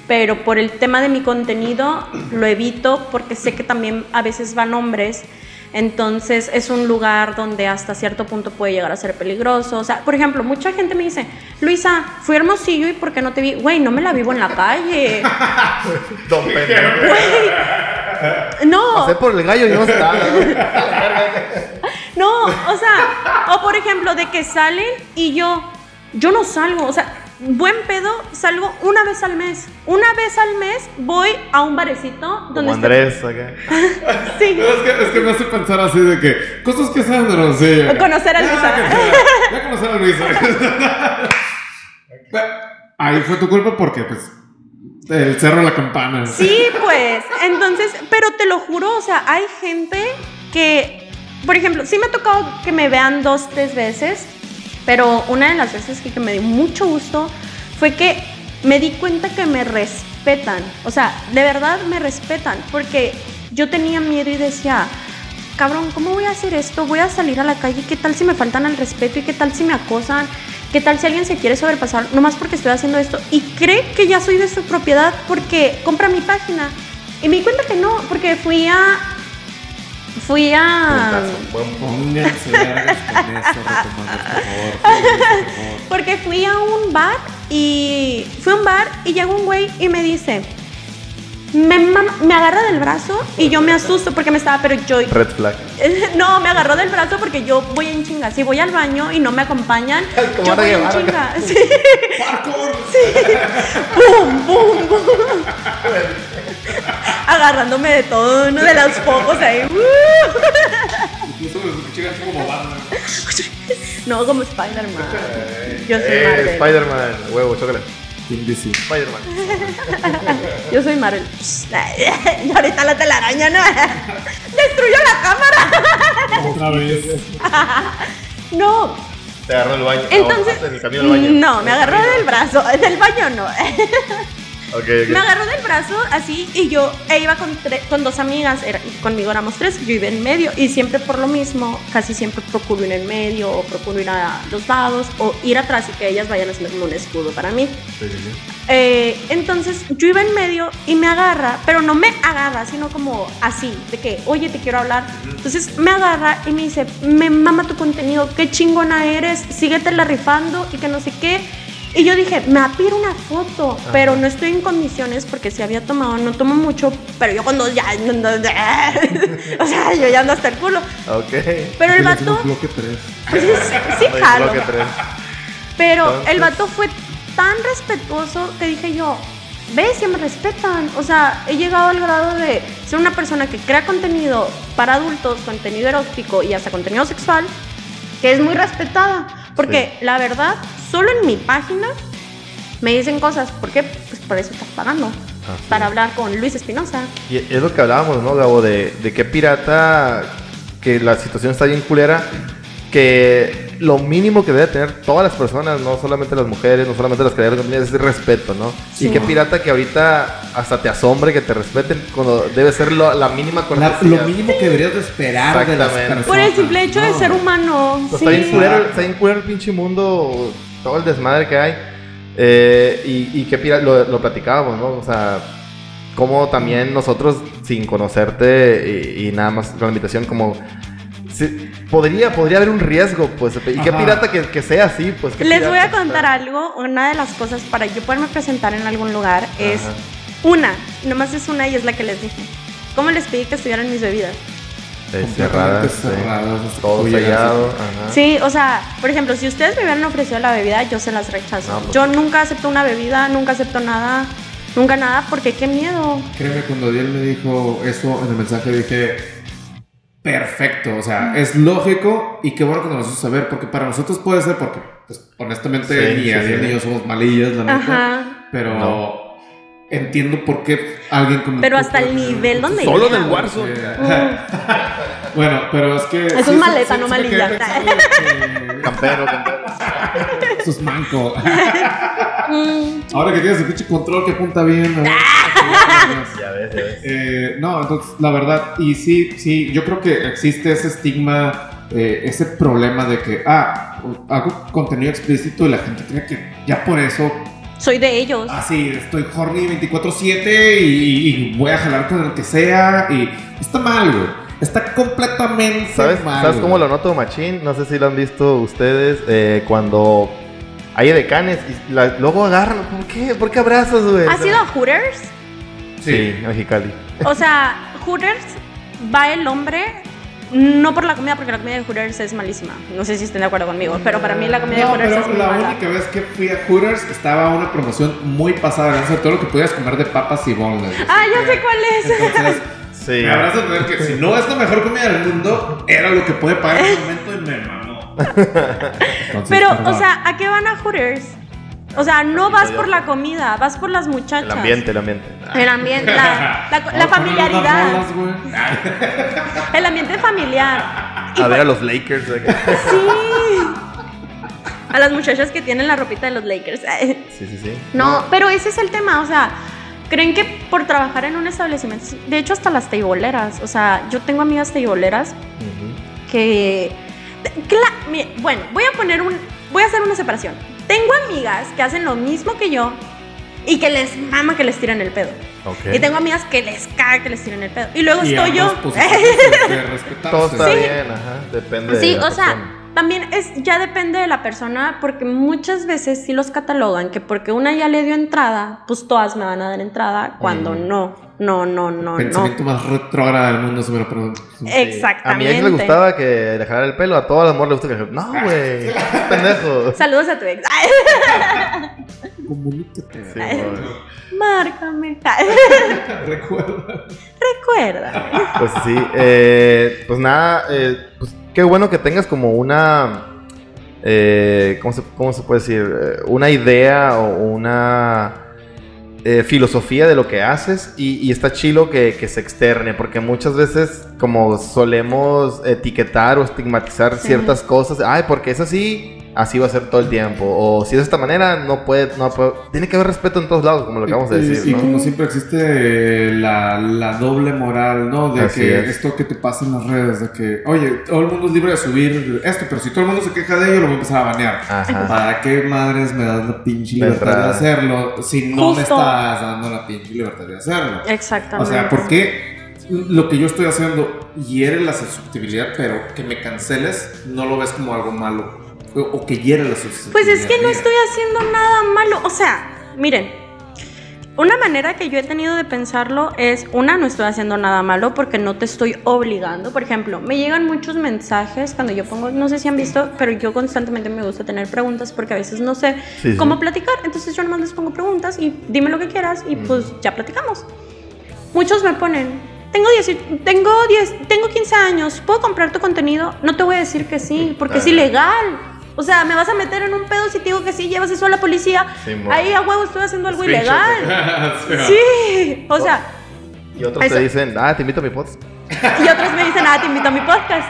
pero por el tema de mi contenido lo evito porque sé que también a veces van hombres. Entonces es un lugar donde hasta cierto punto puede llegar a ser peligroso. O sea, por ejemplo, mucha gente me dice, Luisa, fui a hermosillo y ¿por qué no te vi? Güey, no me la vivo en la calle. <laughs>
Don pendejo.
No.
Pasé por el gallo y no
<laughs>
estaba.
No, o sea, o por ejemplo, de que salen y yo, yo no salgo, o sea, buen pedo, salgo una vez al mes. Una vez al mes voy a un barecito
Como
donde
Andrés acá.
está- Sí,
Es que, es que me hace pensar así de que cosas que saben de Roncilla.
Conocer a Luisa.
Ya conocer a <laughs> Luisa. Ahí fue tu culpa porque, pues, el cerro de la
<laughs>
campana.
sí, pues. Entonces, pero te lo juro, o sea, hay gente que por ejemplo, sí me ha tocado que me vean dos, tres veces, pero una de las veces que, que me dio mucho gusto fue que me di cuenta que me respetan. O sea, de verdad me respetan, porque yo tenía miedo y decía, cabrón, ¿cómo voy a hacer esto? Voy a salir a la calle, ¿qué tal si me faltan al respeto y qué tal si me acosan? ¿Qué tal si alguien se quiere sobrepasar nomás porque estoy haciendo esto y cree que ya soy de su propiedad porque compra mi página? Y me di cuenta que no, porque fui a... Fui a...
Pónganse largas con eso, retomandos, por favor. por favor.
Porque fui a un bar y fui a un bar y llega un güey y me dice, me, mam- me agarra del brazo y yo me asusto porque me estaba, pero yo...
Red flag.
<laughs> No, me agarró del brazo porque yo voy en chinga. Si voy al baño y no me acompañan,
Como
yo
Ana
voy en
Guevara. <laughs>
chinga. Sí. Sí. ¡Pum,
<laughs>
pum, pum! Agarrándome de todo uno de los focos ahí. ¡Uh!
Incluso los que llegan son como banda.
No, como Spider-Man. Yo soy
Eh,
Marvel.
Spider-Man, huevo, chócala.
¿Quién dice?
Spider-Man.
Yo soy Marvel. <laughs> Pss, Y ahorita la telaraña, ¿no? <laughs> ¡Destruyó la cámara!
Otra vez.
No.
Te agarró el baño.
Entonces.
No, en el camino al baño.
No, me agarró del brazo. Del baño no.
Ok,
Me
ok.
agarró del brazo así y yo e iba con, tre- con dos amigas, era- conmigo éramos tres, yo iba en medio y siempre por lo mismo, casi siempre procuro ir en medio o procuro ir a los lados o ir atrás y que ellas vayan haciendo un escudo para mí.
Sí, sí, sí.
Eh, entonces yo iba en medio y me agarra, pero no me agarra, sino como así, de que, oye, te quiero hablar. Entonces me agarra y me dice, me mama tu contenido, qué chingona eres, síguete la rifando y que no sé qué. Y yo dije, me va a pedir una foto, pero no estoy en condiciones porque si había tomado, no tomo mucho, pero yo cuando ya, <laughs> o sea, yo ya ando hasta el culo.
Ok.
Pero el
Yo le hacen un
vato,
bloque tres.
<laughs> sí, sí
Ay,
jalo.
bloque tres.
Pero
Entonces-
el vato fue tan respetuoso que dije yo, ve, si me respetan. O sea, he llegado al grado de ser una persona que crea contenido para adultos, contenido erótico y hasta contenido sexual, que es muy respetada. Porque la verdad, solo en mi página me dicen cosas. ¿Por qué? Pues por eso estás pagando.
Así
para
es.
hablar con Luis Espinosa.
Y es lo que hablábamos, ¿no, Gabo? De, de que pirata, que la situación está bien culera, que lo mínimo que debe tener todas las personas, no solamente las mujeres, no solamente las creadoras de contenido, es respeto, ¿no?
Sí.
Y que pirata que ahorita hasta te asombre que te respeten cuando debe ser lo- la mínima
La-
cortesía.
lo mínimo que deberías de esperar de las
Exactamente.
personas.
Por el simple hecho de
No.
ser humano.
Pues
sí.
Está bien culero, está bien culero el pinche mundo, todo el desmadre que hay. Eh, y, y qué pira- lo, lo platicábamos, ¿no? O sea, como también nosotros, sin conocerte y, y nada más con la invitación, como. sí, podría, podría haber un riesgo, pues. Y qué
Ajá.
pirata que, que sea así, pues. qué
Les
pirata,
voy a
o sea.
contar algo, una de las cosas para yo poderme presentar en algún lugar es
Ajá.
una, nomás es una y es la que les dije. ¿Cómo les pedí que estuvieran mis bebidas?
Eh,
Completamente
cerradas, sí.
cerradas. hasta
Todo
que tú llegas.
sellado. ajá.
Sí, o sea, por ejemplo, si ustedes me hubieran ofrecido la bebida, yo se las rechazo.
No, pues-
yo nunca acepto una bebida, nunca acepto nada, nunca nada, porque qué miedo.
Créeme, cuando Diel me dijo eso en el mensaje, dije, perfecto, o
Mm.
sea, es lógico y qué bueno que nos lo hizo saber, porque para nosotros puede ser, porque pues, honestamente
Sí,
ni
sí,
a
sí.
Diel ni yo somos malillas, la
<laughs>
neta,
Ajá.
pero
No.
entiendo por qué alguien como...
Pero
tú
hasta el
puede tener-
nivel donde
Solo
llega.
del Warzone.
bueno, pero es que...
Es
sí,
un
sí,
maleta,
sí,
no
sí me quedé
malilla.
pensando de
Campero, campero.
que Sus
<laughs>
mancos.
Mm,
Ahora que tienes el pinche control que apunta bien. ¿no?
Ah.
Ya ves, ya ves.
Eh, no, entonces, la verdad, y sí, sí, yo creo que existe ese estigma, eh, ese problema de que, ah, hago contenido explícito y la gente cree que ya por eso,
soy de ellos.
Ah,
así, estoy horny 24-7 y, y voy a jalar con el que sea, y está mal, güey. Está completamente
¿Sabes,
mal.
¿Sabes
güey.
cómo lo noto, Machín? No sé si lo han visto ustedes eh, cuando hay decanes y la- luego agarran. ¿Por qué? ¿Por qué abrazas, güey?
¿Has ido a Hooters?
Sí, Mexicali.
O sea, Hooters va el hombre no por la comida, porque la comida de Hooters es malísima. No sé si estén de acuerdo conmigo, pero para mí la comida de
No,
Hooters es
pero
muy
la
mala.
única vez que fui a Hooters estaba una promoción muy pasada, sobre todo lo que podías comer de papas y bonles.
Ah, ya sé cuál es.
Entonces,
Sí.
Me habrás de entender que si no es la mejor comida del mundo, era lo que puede pagar en el momento y me mamó. Entonces,
<laughs> Pero, o
perdón.
sea, ¿a qué van a Hooters? O sea, no vas por la comida, vas por las muchachas.
El ambiente, el ambiente.
El
<laughs>
ambiente, la, la- la
Ahora ponen unas
familiaridad,
rolas, güey.
el ambiente familiar.
a ver a los Lakers. o sea que-
Sí. A las muchachas que tienen la ropita de los Lakers. <laughs>
Sí, sí, sí.
No, pero ese es el tema, o sea, creen que por trabajar en un establecimiento, de hecho hasta las teiboleras, o sea, yo tengo amigas teiboleras
Ujú.
que, cla- mi- bueno, voy a poner un, voy a hacer una separación. Tengo amigas que hacen lo mismo que yo y que les mama que les tiran el pedo.
Ok.
Y tengo amigas que les caga que les tiren el pedo. Y luego
Y
estoy yo.
ambas
<laughs>
posiciones de- de respetarse.
Todo está
Sí.
bien, ajá. Depende de
Sí,
la
o sea,
persona.
también es, ya depende de la persona, porque muchas veces sí los catalogan que porque una ya le dio entrada, pues todas me van a dar entrada, cuando
Mm.
no, no, no, no, no.
Pensamiento más retrógrada del mundo, se me lo pregunto.
Sí.
Exactamente.
A mi ex le gustaba que le jalara el pelo, a todo el amor le gusta que le No, güey,
<laughs>
estás pendejo.
Saludos a tu ex.
Comunícate.
Sí, güey.
márcame.
<laughs>
<laughs>
Recuerda.
Recuerda.
Pues sí, eh, pues nada, eh, pues qué bueno que tengas como una, eh, ¿cómo, se, cómo se puede decir? Eh, Una idea o una eh, filosofía de lo que haces y, y está chilo que, que se externe, porque muchas veces como solemos etiquetar o estigmatizar
Sí.
ciertas cosas, ay, porque es así. Así va a ser todo el tiempo. O si es de esta manera, no puede, no puede- Tiene que haber respeto en todos lados, como lo acabamos de
Y-
decir,
Y,
¿no?
como siempre existe eh, la, la doble moral, ¿no? De
Así
que
es.
esto que te pasa en las redes, de que, oye, todo el mundo es libre de subir esto, pero si todo el mundo se queja de ello, lo voy a empezar a banear.
Ajá.
¿Para qué madres me das la pinche
De
libertad de
entrada.
hacerlo si no me
Justo.
estás dando la pinche libertad de hacerlo? O
Exactamente.
sea, ¿por qué lo que yo estoy haciendo hiere la susceptibilidad, pero que me canceles no lo ves como algo malo? O, o que hiere la susceptibilidad.
Pues es que no
mía. <laughs>
estoy haciendo nada malo. O sea, miren, una manera que yo he tenido de pensarlo es, una, no estoy haciendo nada malo porque no te estoy obligando. Por ejemplo, me llegan muchos mensajes cuando yo pongo, no sé si han visto, pero yo constantemente me gusta tener preguntas porque a veces no sé
Sí, sí.
cómo platicar. Entonces yo nomás les pongo preguntas y dime lo que quieras y
Mm.
pues ya platicamos. Muchos me ponen, tengo, 10 tengo, 10 tengo 15 años, ¿puedo comprar tu contenido? No te voy a decir que sí, porque es
Ah.
ilegal. O sea, me vas a meter en un pedo si te digo que sí, llevas eso a la policía.
Sí, mo-
Ahí a huevo estoy haciendo algo
Screenshot, ¿eh?
ilegal. <laughs> Sí, o sea,
Y otros
Eso-
te dicen, ah, te invito a mi podcast.
y otros me dicen, ah, te invito a mi podcast.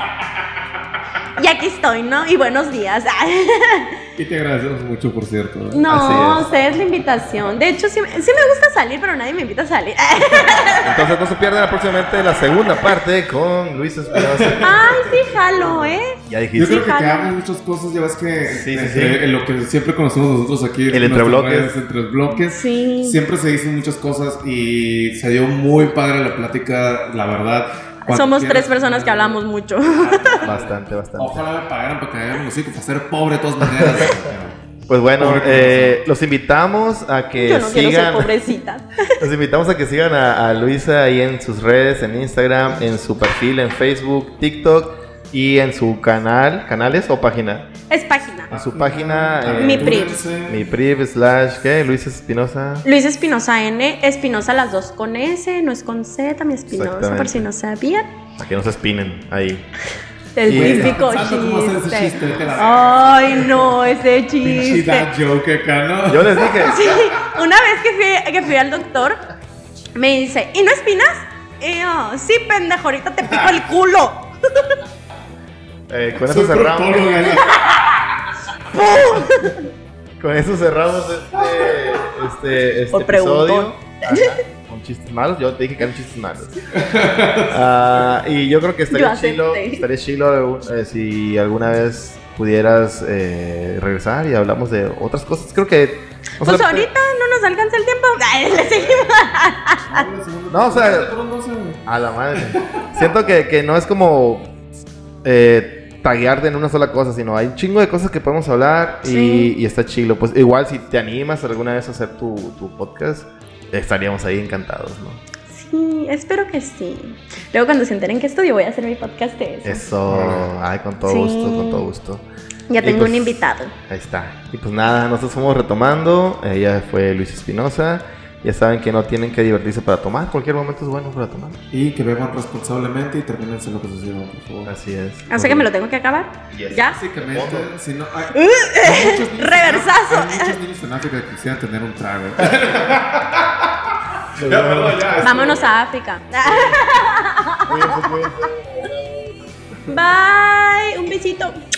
Y aquí estoy, ¿no? Y buenos días. <laughs>
Y te agradecemos mucho, por cierto. ¿eh?
No,
Así es.
ustedes la invitación. De hecho, sí, me- sí me gusta salir, pero nadie me invita a salir. <laughs>
Entonces no se pierdan próximamente la segunda parte con Luis Esperanza.
<laughs> Ay, sí, jalo, ¿eh?
Ya
Yo
dijiste.
creo que
jalo.
quedamos muchas cosas, ya ves que
Sí, sí,
entre
sí.
en lo que siempre conocemos nosotros aquí, en
El
nuestras
entrebloques.
redes, entre bloques,
Sí.
siempre se dicen muchas cosas y se dio muy padre la plática, la verdad. Cuando
Somos
quieras-
tres personas que hablamos mucho.
Bastante,
Oh.
bastante.
Ojalá me pagaran para caer en los hijos, para ser pobre de todas maneras.
<laughs> Pues bueno,
Pobre
eh, los invitamos a que
Yo no quiero ser
sigan.
pobrecita.
<laughs> Los invitamos a que sigan a, a Luisa ahí en sus redes, en Instagram, en su perfil, en Facebook, TikTok y en su canal, canales o página.
Es página.
En su página. eh,
Mi pri-
Mi priv slash, ¿qué? Luis Espinosa.
Luis Espinosa N, Espinosa las dos con S, no es con Z, mi Espinosa, por
Exactamente.
si no sabían.
A que no se espinen ahí.
Del
Y-
típico
Pensando cómo hacer ese chiste,
chiste.
vete a la
Ay, no, ese
Pinche
chiste.
dad joke acá, ¿no?
Yo les dije.
Sí, una vez que fui, que fui al doctor, me dice, ¿y no espinas? Y yo, sí, pendejo, ahorita te pico el culo.
eh, con
Soy
eso cerramos.
proctóloga, ¿no?
Con eso cerramos este, este, este
Por preguntón.
episodio. Ajá, con chistes malos. Yo te dije que eran chistes malos. Ah, y yo creo que estaría
Yo
chilo,
acepté.
estaría chilo eh, si alguna vez pudieras eh, regresar y hablamos de otras cosas. Creo que... o
Pues
sea,
ahorita no nos alcanza el tiempo. <laughs> Ay, le seguimos.
No, o sea- A la madre. Siento que, que no es como eh, taguearte en una sola cosa, sino hay un chingo de cosas que podemos hablar y-
Sí.
y, está chilo. Pues igual si te animas alguna vez a hacer tu, tu podcast, estaríamos ahí encantados, ¿no?
Sí, espero que sí. Luego cuando se enteren que estudio voy a hacer mi podcast de eso.
Eso, ay, con todo
Sí.
gusto, con todo gusto.
Ya
Y
tengo
pues-
un invitado.
Ahí está. Y pues nada, nosotros fuimos retomando. Ella fue Luis Espinosa. Ya saben que no tienen que divertirse para tomar. Cualquier momento es bueno para tomar.
Y que beban responsablemente y termínense lo que se sirvan, por favor.
Así es.
O sea que me lo tengo que acabar.
Yes.
¿Ya?
Básicamente,
Fondo.
si no. Hay, hay muchos niños,
Reversazo.
Hay muchos niños en África que quisieran tener un trago. <laughs>
Vámonos a África.
pues, Cuídense, cuídense.
Bye. Un besito.